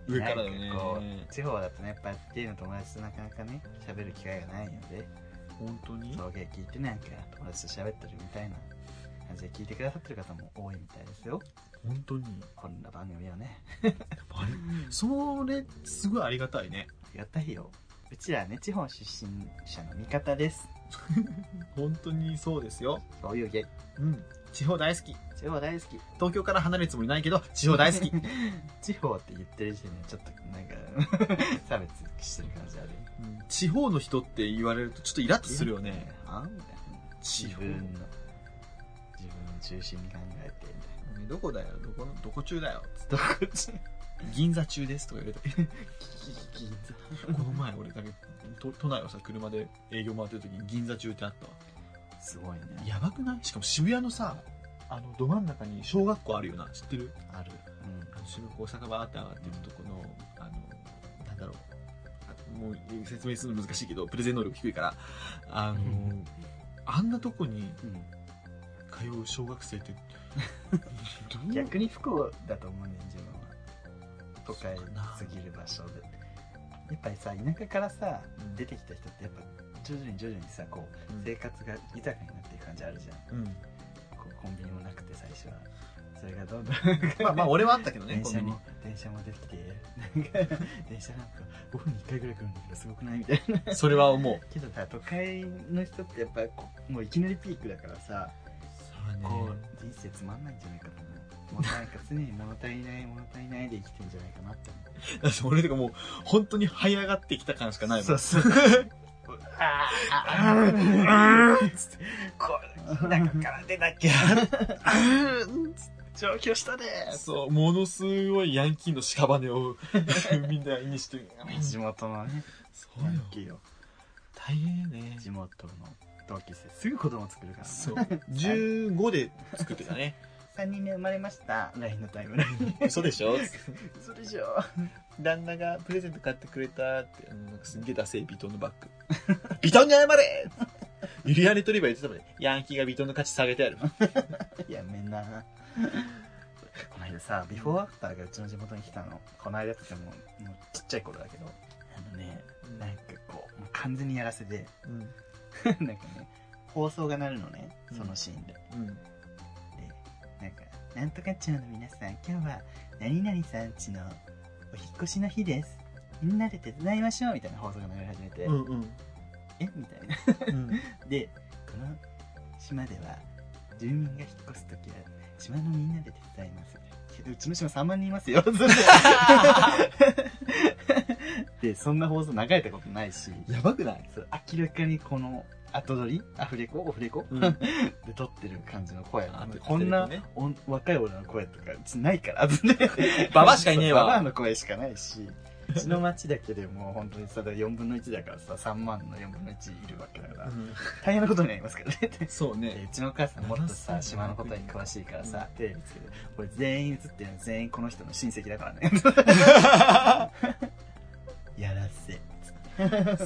[SPEAKER 1] 上からだよね
[SPEAKER 2] なん。こう (laughs) 地方だとねやっぱゲイの友達となかなかね喋る機会がないので
[SPEAKER 1] 本当に
[SPEAKER 2] 送迎聞いてなんか友達と喋ってるみたいな感じで聞いてくださってる方も多いみたいですよ
[SPEAKER 1] 本当に。
[SPEAKER 2] こんな番組はね
[SPEAKER 1] あれそれ、すごいありがたいね。
[SPEAKER 2] ありがたいようちらはね地方出身者の味方です
[SPEAKER 1] 本当にそうですよ。
[SPEAKER 2] そういうゲイ
[SPEAKER 1] うん。地方大好き。
[SPEAKER 2] 地方大好き
[SPEAKER 1] 東京から離れるつもりないけど、地方大好き。
[SPEAKER 2] (laughs) 地方って言ってる時点でちょっとなんか (laughs) 差別してる感じある
[SPEAKER 1] うん地方の人って言われるとちょっとイラッとするよね。
[SPEAKER 2] あみたいな
[SPEAKER 1] 地
[SPEAKER 2] 自
[SPEAKER 1] 方
[SPEAKER 2] 分の自分を中心に考えてみた
[SPEAKER 1] お前どこだよどこの、どこ中だよつって
[SPEAKER 2] いなどこっち
[SPEAKER 1] 銀座中ですとか言われた
[SPEAKER 2] 銀座
[SPEAKER 1] この前俺だけ都都内をさ車で営業回ってる時に銀座中ってあったわ
[SPEAKER 2] すごいね
[SPEAKER 1] やばくないしかも渋谷のさあの、ど真ん中に小学校あるよな、知ってる
[SPEAKER 2] ある。
[SPEAKER 1] あの渋谷大阪バーって上がっていくとこの、あの、なんだろう。あもう説明するの難しいけど、プレゼン能力低いから。あの、あんなとこに
[SPEAKER 2] うん。
[SPEAKER 1] 通う小学
[SPEAKER 2] (laughs)
[SPEAKER 1] 生って、どう
[SPEAKER 2] 逆に不幸だと思うねん自分は都会
[SPEAKER 1] そうかな
[SPEAKER 2] すぎる場所でやっぱりさ田舎からさ
[SPEAKER 1] うん
[SPEAKER 2] 出てきた人ってやっぱ徐々に徐々にさこう生活が豊かになっていく感じあるじゃん
[SPEAKER 1] うん。
[SPEAKER 2] こうコンビニもなくて最初はそれがどんどん
[SPEAKER 1] まあまあ、俺はあったけどね、
[SPEAKER 2] 電
[SPEAKER 1] コ
[SPEAKER 2] 車
[SPEAKER 1] ンビニ
[SPEAKER 2] も。電車もできてなんか電車なんか5分に1回ぐらい来るんだけどすごくないみたい (laughs) な
[SPEAKER 1] それは思う。
[SPEAKER 2] けどさ都会の人ってやっぱこうもういきなりピークだからさこう人生つまんないんじゃないかと思うもうなんか常に物足りない物足りないで生きてんじゃないかなって思う
[SPEAKER 1] (laughs) だって俺とかもう、本当に這い上がってきた感しかないもん。
[SPEAKER 2] そうそうああああつってこう中から出な (laughs) きゃ上京したで
[SPEAKER 1] そう、ものすごいヤンキーの屍を (laughs) みんなにしてる。
[SPEAKER 2] 地元のね
[SPEAKER 1] そう
[SPEAKER 2] ヤ
[SPEAKER 1] よ
[SPEAKER 2] ン。キーを
[SPEAKER 1] 大変やね。
[SPEAKER 2] 地元の同級生すぐ子供作るから (laughs)
[SPEAKER 1] そう。15で作ってたね。
[SPEAKER 2] 3人目生まれました LINE のタイムライン
[SPEAKER 1] 嘘でしょ
[SPEAKER 2] それじゃ
[SPEAKER 1] 旦那がプレゼント買ってくれたって、あのなんかすんげえダセいビトンのバッグ。ビトンに謝れユリアネトリバー言ってたもんね。ヤンキーがビトンの価値下げてやる。
[SPEAKER 2] やめんなこの間さビフォーアフターがうちの地元に来たのこの間って言ってももうちっちゃい頃だけどあのねなんかこうもう完全にやらせで
[SPEAKER 1] うん。
[SPEAKER 2] (laughs) なんかね放送が鳴るのねそのシーンで、
[SPEAKER 1] うん。
[SPEAKER 2] でなんか「なんとか町の皆さん今日は何々さんちのお引っ越しの日ですみんなで手伝いましょう」みたいな放送が流れ始めて「
[SPEAKER 1] うんうん。
[SPEAKER 2] えみた
[SPEAKER 1] う
[SPEAKER 2] いな
[SPEAKER 1] ん。
[SPEAKER 2] でこの島では住民が引っ越す時は島のみんなで手伝いますけどうちの島3万人いますよ (laughs) でそんな放送流れたことないし
[SPEAKER 1] やばくない
[SPEAKER 2] そう明らかにこの後取りアフレコオフレコ、
[SPEAKER 1] うん
[SPEAKER 2] で撮ってる感じの声
[SPEAKER 1] あー
[SPEAKER 2] こんな、
[SPEAKER 1] 撮ってるね
[SPEAKER 2] おん若い俺の声とかうちないからずね
[SPEAKER 1] (laughs) ババアしかいねえわ
[SPEAKER 2] ババアの声しかないしうちの町だけでもう本当にさ4分の1だからさ3万の4分の1いるわけだから、大変なことになりますからね。
[SPEAKER 1] そう
[SPEAKER 2] で
[SPEAKER 1] ね。
[SPEAKER 2] うちのお母さんもっとさ、
[SPEAKER 1] 7000
[SPEAKER 2] 島のことに詳しいからさ、テレビつけて、俺全員映ってるの全員この人の親戚だからね。
[SPEAKER 1] (laughs)
[SPEAKER 2] やらせ。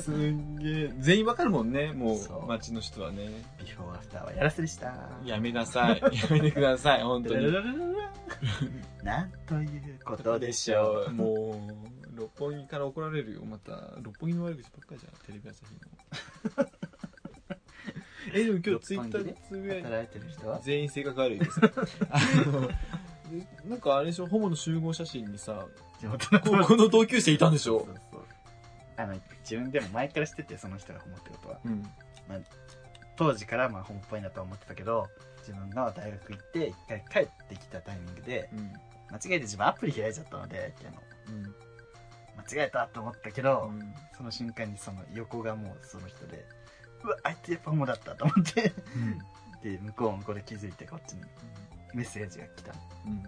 [SPEAKER 1] すんげえ。全員わかるもんね、も
[SPEAKER 2] そう
[SPEAKER 1] う、街の人はね。
[SPEAKER 2] ビフォーアフターはやらせでした。
[SPEAKER 1] やめなさい。やめてください、本当に。 (laughs)
[SPEAKER 2] なんというこ
[SPEAKER 1] ど
[SPEAKER 2] と
[SPEAKER 1] うで
[SPEAKER 2] で
[SPEAKER 1] し
[SPEAKER 2] し
[SPEAKER 1] ょ
[SPEAKER 2] ょ
[SPEAKER 1] う。
[SPEAKER 2] う。
[SPEAKER 1] もう、六本木から怒られるよ、また。六本木の悪口ばっかりじゃん、テレビ朝日の。え、でも今日ツイッターでつぶやい
[SPEAKER 2] 働いてる人は
[SPEAKER 1] 全員性格悪いです。あの、でなんかあれでしょ、ホモの集合写真にさ、
[SPEAKER 2] 地元の
[SPEAKER 1] 高校の同級生いたんでし
[SPEAKER 2] そ
[SPEAKER 1] ょ
[SPEAKER 2] う。そうあの、自分でも前から知ってて、その人が思ってことは。
[SPEAKER 1] うん。
[SPEAKER 2] 当時からまあ本っぽいなとは思ってたけど、自分が大学行って、一回帰ってきたタイミングで、
[SPEAKER 1] うん。
[SPEAKER 2] 間違えて自分アプリ開いちゃったので、あの
[SPEAKER 1] うん。
[SPEAKER 2] 間違えたと思ったけど、
[SPEAKER 1] うん
[SPEAKER 2] その瞬間にその横がもうその人でうわあいつやっぱホモだったと思って (laughs) で向こうは向こうで気づいてこっちにメッセージが来た
[SPEAKER 1] うん。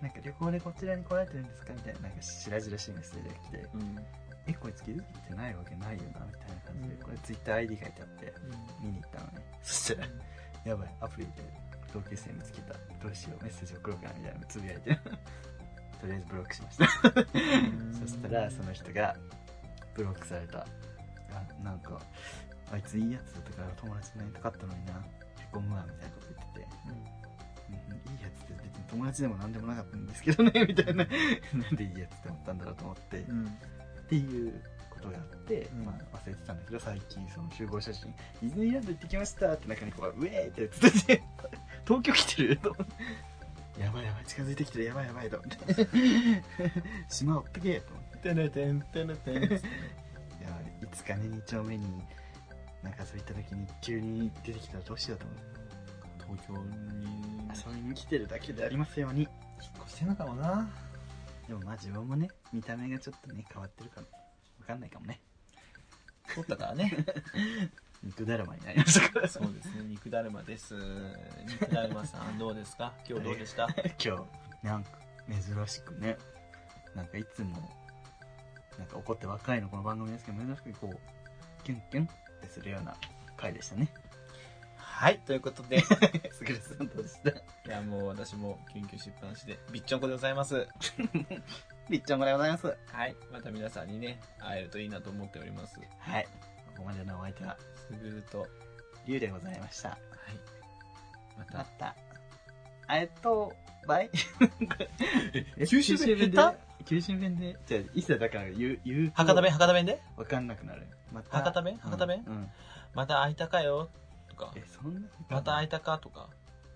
[SPEAKER 2] なんか旅行でこちらに来られてるんですかみたいななんか白々しいメッセージが来て
[SPEAKER 1] うん。
[SPEAKER 2] えこいつ気づいてないわけないよなみたいな感じで、
[SPEAKER 1] うん
[SPEAKER 2] これツイッター ID 書いてあって見
[SPEAKER 1] (laughs)
[SPEAKER 2] に行ったのねそしたらやばいアプリで同級生見つけたどうしようメッセージ送ろうかなみたいなのつぶやいて (laughs) とりあえずブロックしましたそしたらその人がブロックされたあなんかあいついいやつだったから友達になりたかったのになへこむわみたいなこと言ってて、うん、いいやつって別に友達でも何でもなかったんですけどねみたいな
[SPEAKER 1] (laughs)
[SPEAKER 2] なんでいいやつって思ったんだろうと思って、
[SPEAKER 1] う
[SPEAKER 2] っ
[SPEAKER 1] ん。
[SPEAKER 2] ていうことがあって、
[SPEAKER 1] うん
[SPEAKER 2] まあ、忘れてたんだけど最近その集合写真「ディズニーランド行ってきました」って中にこうウェーって写って (laughs) て「東京来て
[SPEAKER 1] (laughs)
[SPEAKER 2] る?」と思って「やばいやばい近づいてきてるやばいやばい」と思って
[SPEAKER 1] (laughs)
[SPEAKER 2] 「島追ってけ」と思って。
[SPEAKER 1] てねてんてねてん。
[SPEAKER 2] いやいつかね2丁目になんかそういった時に急に出てきたらどうしようと思う
[SPEAKER 1] 東京に
[SPEAKER 2] 遊びに来てるだけでありますように
[SPEAKER 1] 引っ越してんのかもな
[SPEAKER 2] でもまあ自分もね見た目がちょっとね変わってるかもわかんないかもね
[SPEAKER 1] 取ったからね
[SPEAKER 2] (laughs) 肉だるまになりましたから
[SPEAKER 1] そうですね肉だるまです肉だるまさんどうですか今日どうでした
[SPEAKER 2] 今日なんか珍しくねなんかいつもなんか怒って若いのこの番組ですけど珍しくこうキュンキュンってするような回でしたね
[SPEAKER 1] はい、ということで、い
[SPEAKER 2] すぐるさんどうした
[SPEAKER 1] や、もう私も研究しっぱなしで、びっちょんこでございます。
[SPEAKER 2] りっちゃんごでございます。
[SPEAKER 1] はい、また皆さんにね、会えるといいなと思っております。
[SPEAKER 2] はい。ここまでのお相手は、
[SPEAKER 1] すぐると、はい、
[SPEAKER 2] りゅうでございました。
[SPEAKER 1] また
[SPEAKER 2] ま、た。えっと、バ (laughs) イ。
[SPEAKER 1] 九州弁
[SPEAKER 2] で九州弁で。じゃあ、伊勢だから言う、言うと。
[SPEAKER 1] 博多弁、博多弁で
[SPEAKER 2] わかんなくなる。また。
[SPEAKER 1] 博多弁
[SPEAKER 2] うん
[SPEAKER 1] 博多弁
[SPEAKER 2] うん。
[SPEAKER 1] また会いたかよとか、
[SPEAKER 2] え、そんな。
[SPEAKER 1] また会い
[SPEAKER 2] い。
[SPEAKER 1] たかとか、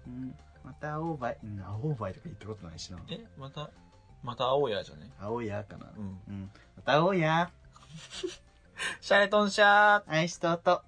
[SPEAKER 2] うん。また青バイ。うん、青バイとか言ったことないしな。
[SPEAKER 1] え、また、また会おうやじゃね
[SPEAKER 2] 青やかな。
[SPEAKER 1] うん。
[SPEAKER 2] うん。また青や。
[SPEAKER 1] シャレトンシャー
[SPEAKER 2] 愛しとうと。